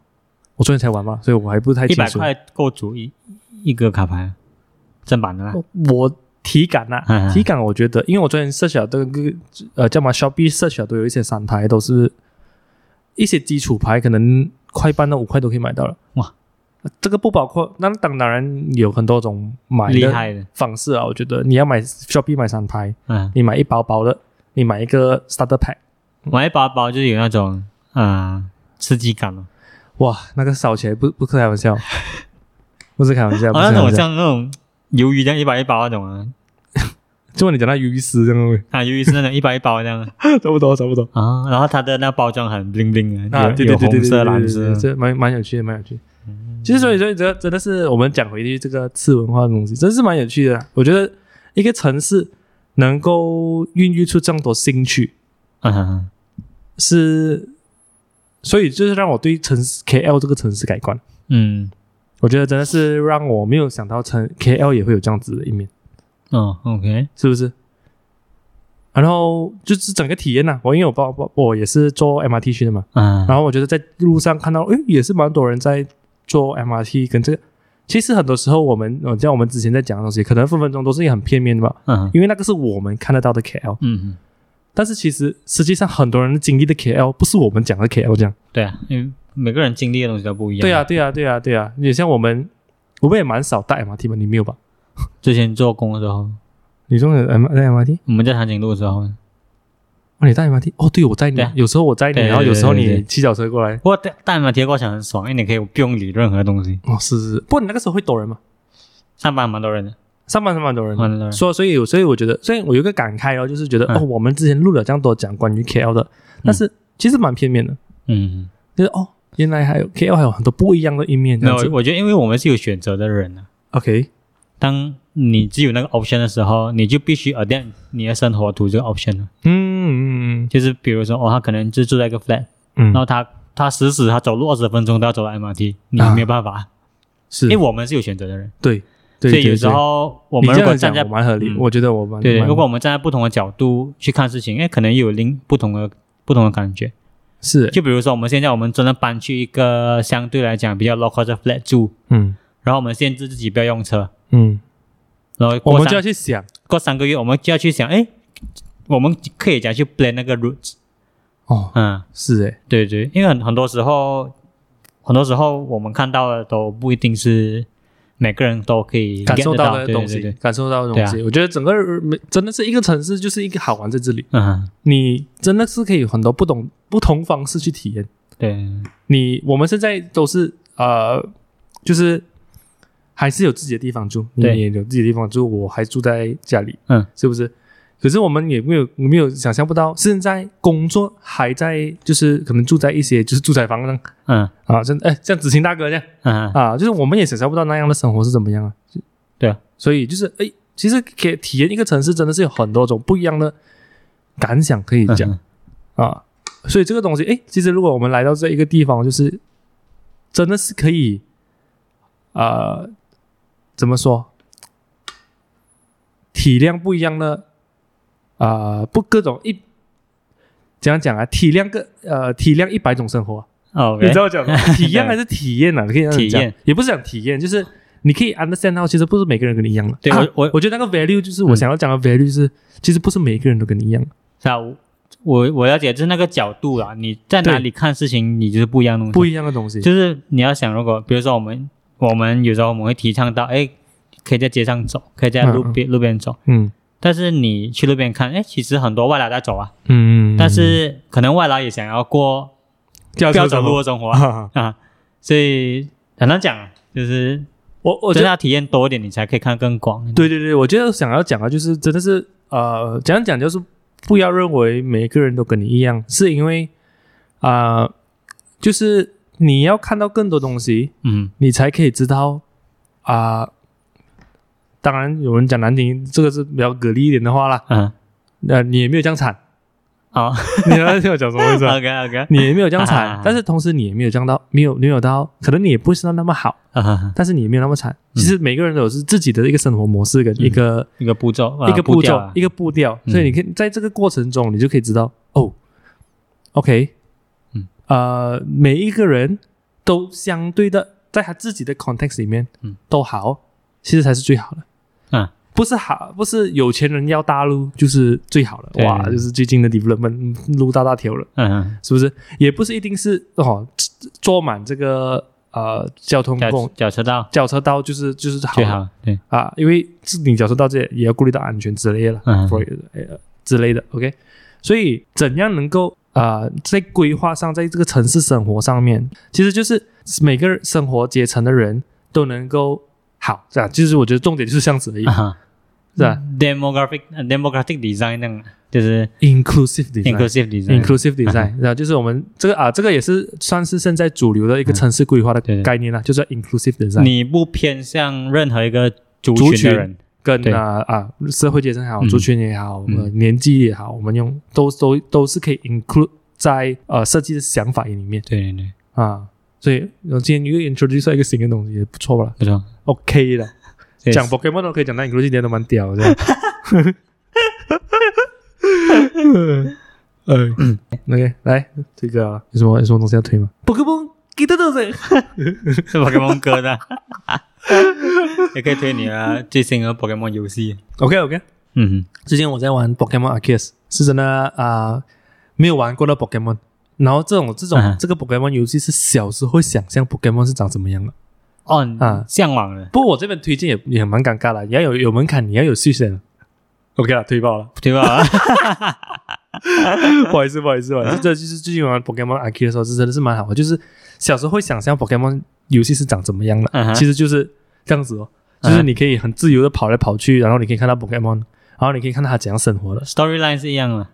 Speaker 1: 我昨天才玩嘛，所以我还不太
Speaker 2: 一
Speaker 1: 清
Speaker 2: 百
Speaker 1: 楚。
Speaker 2: 块够足一一个卡牌，正版的
Speaker 1: 哦
Speaker 2: 啦。
Speaker 1: 我体感呐、
Speaker 2: 嗯嗯
Speaker 1: 体感我觉得，因为我昨天 search 了这个呃叫什么 Shopee search 了都有一些散台，都是一些基础牌，可能快半到五块都可以买到了。
Speaker 2: 哇，
Speaker 1: 这个不包括，那当当然有很多种买
Speaker 2: 厉
Speaker 1: 的
Speaker 2: 害的，
Speaker 1: 方式啊。我觉得你要买 Shopee 买散台，
Speaker 2: 嗯，
Speaker 1: 你买一包包的，你买一个 starter pack，
Speaker 2: 买一包包就是有那种啊、呃刺激感了。
Speaker 1: 哇，那个烧起来不不是开玩笑，不是开玩 笑，
Speaker 2: 哦，
Speaker 1: 不是
Speaker 2: 那
Speaker 1: 开
Speaker 2: 种
Speaker 1: 玩笑。
Speaker 2: 像那种鱿鱼这样一包一包那种啊，
Speaker 1: 就问你讲到鱼丝这 样的
Speaker 2: 啊，鱿鱼是那种一包一包这样啊
Speaker 1: 东西，差不多差不多。
Speaker 2: 啊，然后它的那包装很 bling bling 的，
Speaker 1: 啊，
Speaker 2: 有
Speaker 1: 对对
Speaker 2: 有
Speaker 1: 对对
Speaker 2: 红
Speaker 1: 对
Speaker 2: 色、
Speaker 1: 对，
Speaker 2: 蓝
Speaker 1: 对
Speaker 2: 色嗯
Speaker 1: 对，这蛮蛮有趣的，蛮有趣的。其实所以所以这真的是我们讲回去这个次文化的东西，真是蛮有趣的啦。我觉得一个城市能够孕育出这么多兴趣，
Speaker 2: 嗯哼哼
Speaker 1: 是所以就是让我对城市 KL 这个城市改观。
Speaker 2: 嗯，
Speaker 1: 我觉得真的是让我没有想到城 KL 也会有这样子的一面，
Speaker 2: 哦，OK，
Speaker 1: 是不是？然后就是整个体验呐、啊我因为我包包我也是做 MRT 去的嘛，
Speaker 2: 嗯，
Speaker 1: 然后我觉得在路上看到，诶，也是蛮多人在做 MRT 跟这个。其实很多时候我们，呃，像我们之前在讲的东西，可能分分钟都是一个很片面的吧，
Speaker 2: 嗯
Speaker 1: 因为那个是我们看得到的 KL，
Speaker 2: 嗯，
Speaker 1: 但是其实实际上很多人经历的 KL 不是我们讲的 KL 这样。
Speaker 2: 对啊，因为每个人经历的东西都不一样。
Speaker 1: 对啊，，对啊，对啊，对啊。也像我们，我们也蛮少搭 MRT 吧？你没有吧？
Speaker 2: 之前做工的时候，
Speaker 1: 你中的 M 在 MRT？
Speaker 2: 我们在长颈鹿的时候，
Speaker 1: 哦，你搭 MRT？哦，对，我载你
Speaker 2: 对啊，
Speaker 1: 有时候我载你，
Speaker 2: 对对
Speaker 1: 然后有时候
Speaker 2: 对对
Speaker 1: 你
Speaker 2: 对
Speaker 1: 骑脚车过来。
Speaker 2: 不过带带马贴过墙很爽，因为你可以不用理任何东西。
Speaker 1: 哦，是是。是不过你那个时候会躲人吗？
Speaker 2: 上班蛮多人的，
Speaker 1: 上班上班多人，
Speaker 2: 蛮多人
Speaker 1: 所以所以有所以我觉得，所以我有一个感慨哦，就是觉得、
Speaker 2: 嗯
Speaker 1: 哦，我们之前录了这样多讲关于 KL 的，但是其实蛮片面的，
Speaker 2: 嗯，
Speaker 1: 就是哦，原来还有 KL 还有很多不一样的一面这
Speaker 2: 没有
Speaker 1: 样，子。
Speaker 2: 我觉得因为我们是有选择的人啊。
Speaker 1: OK，
Speaker 2: 当你只有那个 option 的时候，你就必须 adapt 你的生活 to 这个 option 了。
Speaker 1: 嗯嗯
Speaker 2: 就是比如说，哦，他可能就住在一个 flat，、
Speaker 1: 嗯
Speaker 2: 然
Speaker 1: 嗯，
Speaker 2: 后他他死死他走路二十分钟都要走到 MRT，你
Speaker 1: 啊
Speaker 2: 没有办法，
Speaker 1: 是
Speaker 2: 因为我们是有选择的人，
Speaker 1: 对对，
Speaker 2: 所以
Speaker 1: 对
Speaker 2: 有时
Speaker 1: 对
Speaker 2: 候我
Speaker 1: 你
Speaker 2: 们
Speaker 1: 这
Speaker 2: 如果
Speaker 1: 样讲
Speaker 2: 站在
Speaker 1: 我蛮合理，
Speaker 2: 嗯
Speaker 1: 我觉得我蛮
Speaker 2: 对对，
Speaker 1: 蛮
Speaker 2: 如果我们站在不同的角度去看事情，哎，可能又有另不同的不同的感觉。
Speaker 1: 是
Speaker 2: 就比如说，我们现在我们真的搬去一个相对来讲比较 local 的 flat 住，
Speaker 1: 嗯
Speaker 2: 然后我们限制自己不要用车，
Speaker 1: 嗯，
Speaker 2: 然后
Speaker 1: 我
Speaker 2: 过
Speaker 1: 们就要
Speaker 2: 三
Speaker 1: 去想
Speaker 2: 过三个月，我们就要去想，哎，我们可以讲去 plan 那个 route，
Speaker 1: 哦，
Speaker 2: 嗯，
Speaker 1: 是诶，
Speaker 2: 对对，因为很很多时候，很多时候我们看到的都不一定是每个人都可以
Speaker 1: 感
Speaker 2: get
Speaker 1: 受
Speaker 2: 得到
Speaker 1: 到的
Speaker 2: 对
Speaker 1: 东
Speaker 2: 对对
Speaker 1: 西
Speaker 2: 对，
Speaker 1: 感受到的
Speaker 2: 对
Speaker 1: 东
Speaker 2: 啊
Speaker 1: 西，我觉得整个人真的是一个城市，就是一个好玩在这里，
Speaker 2: 嗯，
Speaker 1: 你真的是可以有很多不同不同方式去体验。
Speaker 2: 对，
Speaker 1: 嗯你我们现在都是呃，就是还是有自己的地方住，你
Speaker 2: 对
Speaker 1: 也有自己的地方住，我还住在家里，
Speaker 2: 嗯，
Speaker 1: 是不是？可是我们也没有没有想象不到，现在工作还在，就是可能住在一些就是住宅房上
Speaker 2: 嗯
Speaker 1: 啊，像哎像子晴大哥这样
Speaker 2: 嗯，
Speaker 1: 啊，就是我们也想象不到那样的生活是怎么样啊。
Speaker 2: 对啊，
Speaker 1: 所以就是哎，其实可以体验一个城市，真的是有很多种不一样的感想可以
Speaker 2: 嗯
Speaker 1: 讲。啊，所以这个东西，哎，其实如果我们来到这一个地方，就是真的是可以，呃，怎么说，体量不一样的，啊、不各种一，怎样讲啊？体量个呃，体量一百种生活啊、
Speaker 2: 哦，
Speaker 1: 你知道我讲 吗？体验还是体验呢、啊？可以这样
Speaker 2: 体
Speaker 1: 讲
Speaker 2: 验，
Speaker 1: 也不是讲体验，就是你可以 understand 到，其实不是每个人跟你一样的。
Speaker 2: 对
Speaker 1: 啊
Speaker 2: 我我
Speaker 1: 我觉得那个 value 就是我想要讲的 value 是，其实不是每个人都跟你一样。
Speaker 2: 是啊，我我我了解，就是那个角度啦，你在
Speaker 1: 对
Speaker 2: 哪里看事情，你就是不一样的东西。
Speaker 1: 不一样的东西，
Speaker 2: 就是你要想，如果比如说我们我们有时候我们会提倡到，哎，可以在街上走，可以在路边、路边走，
Speaker 1: 嗯
Speaker 2: 但是你去路边看，哎，其实很多外劳在走啊，
Speaker 1: 嗯，
Speaker 2: 但是可能外劳也想要过
Speaker 1: 不嗯
Speaker 2: 不要走路的生活啊
Speaker 1: 啊！
Speaker 2: 啊，所以很难讲，就是
Speaker 1: 我我觉
Speaker 2: 真
Speaker 1: 得
Speaker 2: 的要体验多一点，你才可以看更广。
Speaker 1: 对对对，我觉得想要讲的就是真的是呃，讲讲就是不要认为每个人都跟你一样，是因为啊、呃就是你要看到更多东西，
Speaker 2: 嗯，
Speaker 1: 你才可以知道啊、当然，有人讲难听，这个是比较蛤蜊一点的话啦。
Speaker 2: 嗯哦
Speaker 1: 那、你也没有这样惨，
Speaker 2: 好
Speaker 1: 你要听我讲什 么意思啊？
Speaker 2: ，OK OK，
Speaker 1: 你也没有这样
Speaker 2: 啊啊
Speaker 1: 惨
Speaker 2: 啊，
Speaker 1: 但是同时你也没有这样到，没有没有到，可能你也不是那么好，
Speaker 2: 啊，
Speaker 1: 但是你也没有那么惨。其实每个人都有是自己的一个生活模式跟一个、
Speaker 2: 一个步骤，啊
Speaker 1: 一个步骤、
Speaker 2: 调啊
Speaker 1: 一个步调，
Speaker 2: 嗯
Speaker 1: 所以你可以在这个过程中，你就可以知道哦，OK，
Speaker 2: 嗯，
Speaker 1: 呃，每一个人都相对的在他自己的 context 里面，
Speaker 2: 嗯，
Speaker 1: 都好，其实才是最好的。
Speaker 2: 嗯，
Speaker 1: 不是好，不是有钱人要大路就是最好的，
Speaker 2: 对
Speaker 1: 哇，就是最近的 development 嗯路大大条了，
Speaker 2: 嗯，
Speaker 1: 是不是？也不是一定是哦，坐满这个呃交通
Speaker 2: 脚
Speaker 1: 工。
Speaker 2: 脚车道
Speaker 1: 轿车道就是就是好
Speaker 2: 最
Speaker 1: 了
Speaker 2: 好，对，
Speaker 1: 啊，因为是你假设到这也要顾虑到安全之类的啦，
Speaker 2: 嗯
Speaker 1: 所以呃之类的，OK。所以怎样能够啊、呃在规划上，在这个城市生活上面，其实就是每个人生活阶层的人都能够好，这样。其实我觉得重点就是这样子而已，
Speaker 2: 啊，
Speaker 1: 是吧
Speaker 2: ？demographic 呃 demographic design 那样，就是
Speaker 1: ？Inclusive design。
Speaker 2: inclusive design，啊
Speaker 1: Inclusive design，然后就是我们这个啊，这个也是算是现在主流的一个
Speaker 2: 嗯
Speaker 1: 城市规划的
Speaker 2: 对对
Speaker 1: 概念啦，就是 inclusive design，
Speaker 2: 你不偏向任何一个族
Speaker 1: 族
Speaker 2: 群的
Speaker 1: 群
Speaker 2: 人，
Speaker 1: 跟
Speaker 2: 对
Speaker 1: 啊啊社会阶层也好，
Speaker 2: 嗯
Speaker 1: 族群也好，
Speaker 2: 嗯
Speaker 1: 呃年纪也好，我们用都都都是可以 include 在呃设计的想法里面
Speaker 2: 对对对，
Speaker 1: 啊。所以我今天又 introduce 到一个新的东西，也不错吧
Speaker 2: 不错。
Speaker 1: ？OK 的，
Speaker 2: 这也
Speaker 1: 讲
Speaker 2: 是
Speaker 1: Pokemon 都可以讲到 inclusive 点都蛮屌 的。哎呃，OK，来这个有什么有什么东西要推吗？Pokemon 给的都是
Speaker 2: 是 Pokemon 歌的，也可以推你啊最新的 Pokemon 游戏。
Speaker 1: OK OK。
Speaker 2: 嗯
Speaker 1: 之前我在玩 Pokemon Arceus，是真的啊、呃没有玩过的 Pokemon。然后这种这种、
Speaker 2: 嗯
Speaker 1: 这个 Pokemon 游戏是小时候会想象 Pokemon 是长什么样的。
Speaker 2: 哼，哦
Speaker 1: 啊，
Speaker 2: 向往的，
Speaker 1: 不过我这边推荐也也蛮尴尬的，你要有有门槛，你要有续选。OK 了，推爆了，
Speaker 2: 对吧？
Speaker 1: 不好意思，不好意思，不好意思，这就是最近玩 Pokemon Arceus 的时候，这真的是蛮好的，就是小时候会想象 Pokemon 游戏是长怎么样的，
Speaker 2: 嗯哼
Speaker 1: 其实就是这样子哦，就是你可以很自由的跑来跑去，然后你可以看到 Pokemon，然后你可以看到它怎样生活的，
Speaker 2: Storyline 是一样的，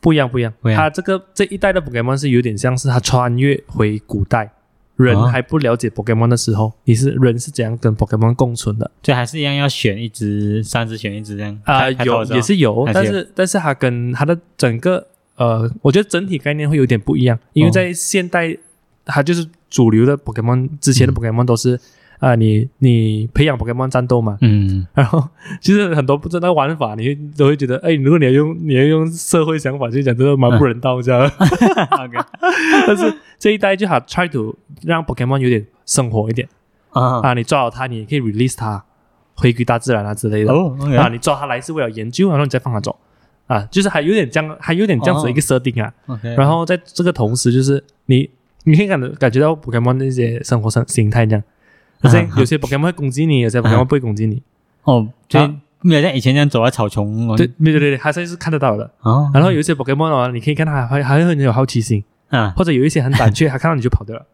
Speaker 1: 不一样，不一样。
Speaker 2: 不一样
Speaker 1: 它这个这一代的 Pokemon 是有点像是它穿越回古代，人
Speaker 2: 啊
Speaker 1: 还不了解 Pokemon 的时候，你是人是怎样跟 Pokemon 共存的
Speaker 2: 就还是一样要选一只，三只选一只这样
Speaker 1: 啊、
Speaker 2: 开开头
Speaker 1: 有
Speaker 2: 的时候
Speaker 1: 也是有，
Speaker 2: 还
Speaker 1: 但
Speaker 2: 是有
Speaker 1: 是但是它跟它的整个呃，我觉得整体概念会有点不一样，因为
Speaker 2: 哦
Speaker 1: 在现代，它就是主流的 Pokemon，之
Speaker 2: 嗯
Speaker 1: 前的 Pokemon 都是啊、你你培养 Pokemon 战斗嘛，
Speaker 2: 嗯，
Speaker 1: 然后其实很多不知道玩法，你会都会觉得，哎，如果你要用你要用社会想法去讲，真的蛮不人道这样。
Speaker 2: OK
Speaker 1: 啊但是这一代就好 try to 让 Pokemon 有点生活一点
Speaker 2: 啊
Speaker 1: 啊，你抓好它，你也可以 release 它，回归大自然啊之类的、
Speaker 2: 哦
Speaker 1: 啊。
Speaker 2: ，OK
Speaker 1: 你抓它来是为了研究，然后你再放它走啊，就是还有点这样，还有点这样子的一个设定啊。
Speaker 2: OK，
Speaker 1: 然后在这个同时，就是你你可以感感觉到 Pokemon 那些生活生形态这样，可是
Speaker 2: 嗯
Speaker 1: 有些 Pokemon 会攻击你，有些 Pokemon 不会攻击你。
Speaker 2: 哦，就
Speaker 1: 啊
Speaker 2: 没有像以前这样走在草丛
Speaker 1: 对对对对，它现在是看得到的。
Speaker 2: 哦，
Speaker 1: 然后有一些 Pokemon 啊，你可以看它还还会很有好奇心，
Speaker 2: 啊
Speaker 1: 或者有一些很胆怯，它看到你就跑掉了。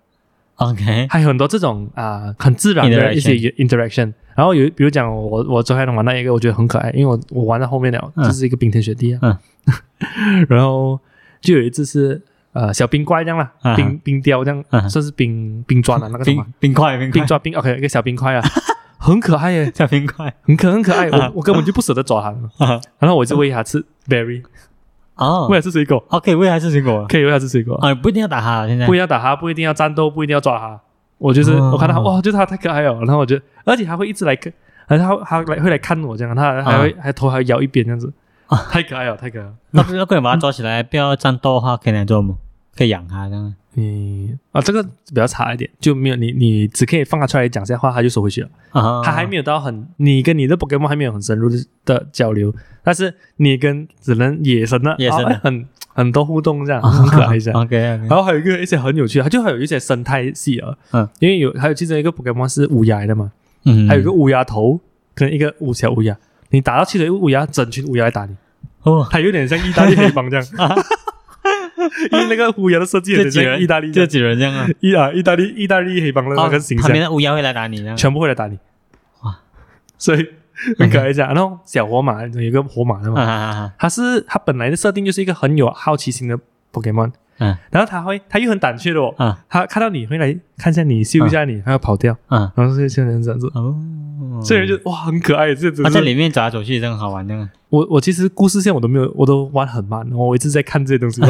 Speaker 2: ，OK，
Speaker 1: 还有很多这种啊、很自然的一些 interaction。然后有，比如讲我我昨天玩到一个我觉得很可爱，因为我我玩到后面了，
Speaker 2: 嗯
Speaker 1: 就是一个冰天雪地啊。 然后就有一次是呃小冰怪这样啦，
Speaker 2: 啊
Speaker 1: 冰冰雕这样，
Speaker 2: 啊
Speaker 1: 算是冰冰砖啊那个什么
Speaker 2: 冰冰块冰
Speaker 1: 冰
Speaker 2: 块
Speaker 1: 砖冰 OK 一个小冰块啊，很可爱耶，
Speaker 2: 叫冰块
Speaker 1: 很可很可爱，
Speaker 2: 啊
Speaker 1: 我我根本就不舍得抓它。
Speaker 2: 啊，
Speaker 1: 然后我就喂它吃 berry，
Speaker 2: 哦
Speaker 1: 喂它吃水果，
Speaker 2: ，OK，未来是 水果
Speaker 1: 可以喂它吃水果，
Speaker 2: 啊，不一定要打它，现在
Speaker 1: 不一定要打它，不一定要战斗，不一定要抓它。我就是、
Speaker 2: 哦
Speaker 1: 我看到它哇，就是它太可爱了，然后我就，而且它会一直来看，而且它它来会来看我这样，它还会、还头还摇一边这样子，
Speaker 2: 啊
Speaker 1: 太可爱了，太可爱了。
Speaker 2: 那不如果你把它抓起来，不要战斗的话，可以来做么？可以养它这样。
Speaker 1: 嗯啊，这个比较差一点，就没有你你只可以放它出来讲一下话，它就收回去了。
Speaker 2: 啊，
Speaker 1: 它还没有到很你跟你的 Pokemon 还没有很深入的的交流，但是你跟只能野生的
Speaker 2: 野啊生
Speaker 1: 哦
Speaker 2: 的
Speaker 1: 哎很很多互动这 样，很可爱这样。
Speaker 2: OK OK，
Speaker 1: 然后还有一个一些很有趣的，它就还有一些生态系啊，
Speaker 2: 嗯，
Speaker 1: 因为有还有其中一个 Pokemon 是乌鸦来的嘛，
Speaker 2: 嗯，
Speaker 1: 还有一个乌鸦头跟一个乌小乌鸦，你打到七水乌鸦，整群乌鸦来打你，
Speaker 2: 哦，
Speaker 1: 它有点像意大利黑帮 这样，因为那个乌鸦的设计有
Speaker 2: 这
Speaker 1: 点
Speaker 2: 几
Speaker 1: 像
Speaker 2: 人
Speaker 1: 意大利
Speaker 2: 这
Speaker 1: 这
Speaker 2: 几人这样 啊，哦
Speaker 1: 意啊意大利意大利黑帮的那个形
Speaker 2: 旁
Speaker 1: 象，
Speaker 2: 边的乌鸦会来打你这样。
Speaker 1: 全部会来打你。所以很可爱这样。然后小火马有一个火马的嘛，
Speaker 2: 啊啊啊
Speaker 1: 它是它本来的设定就是一个很有好奇心的 Pokemon，
Speaker 2: 啊
Speaker 1: 然后它会它又很胆怯的哦，
Speaker 2: 啊
Speaker 1: 它看到你会来看一下你，嗅一下你，它要跑掉，
Speaker 2: 啊
Speaker 1: 然后就就这样子。
Speaker 2: 哦，
Speaker 1: 所以就哇很可爱，这只
Speaker 2: 他在
Speaker 1: 是
Speaker 2: 里面走来走去，真的好玩啊的。
Speaker 1: 我我其实故事线我都没有，我都玩很慢，我一直在看这些东 西吧，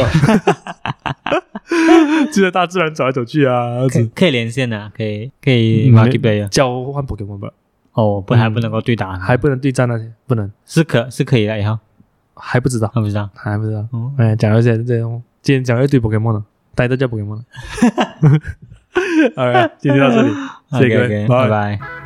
Speaker 1: 就在大自然走来走去啊，这样
Speaker 2: 可以
Speaker 1: 子
Speaker 2: 可以连线的啊，可以可以
Speaker 1: 嗯
Speaker 2: m u l t i p l a y
Speaker 1: 交换 Pokemon 吧，
Speaker 2: 啊哦，不
Speaker 1: 嗯
Speaker 2: 还不能够对打，
Speaker 1: 还不能对战那些，不能，
Speaker 2: 是可是可以的，以后
Speaker 1: 还不知道，
Speaker 2: 我不知道。
Speaker 1: 还不知道。
Speaker 2: 哦，
Speaker 1: 哎，讲到这这种，今天讲到一堆 Pokemon 了，大家 都叫 Pokemon 了。好了，今天就到这里，谢谢各
Speaker 2: OK，OK，
Speaker 1: 位，
Speaker 2: 拜拜。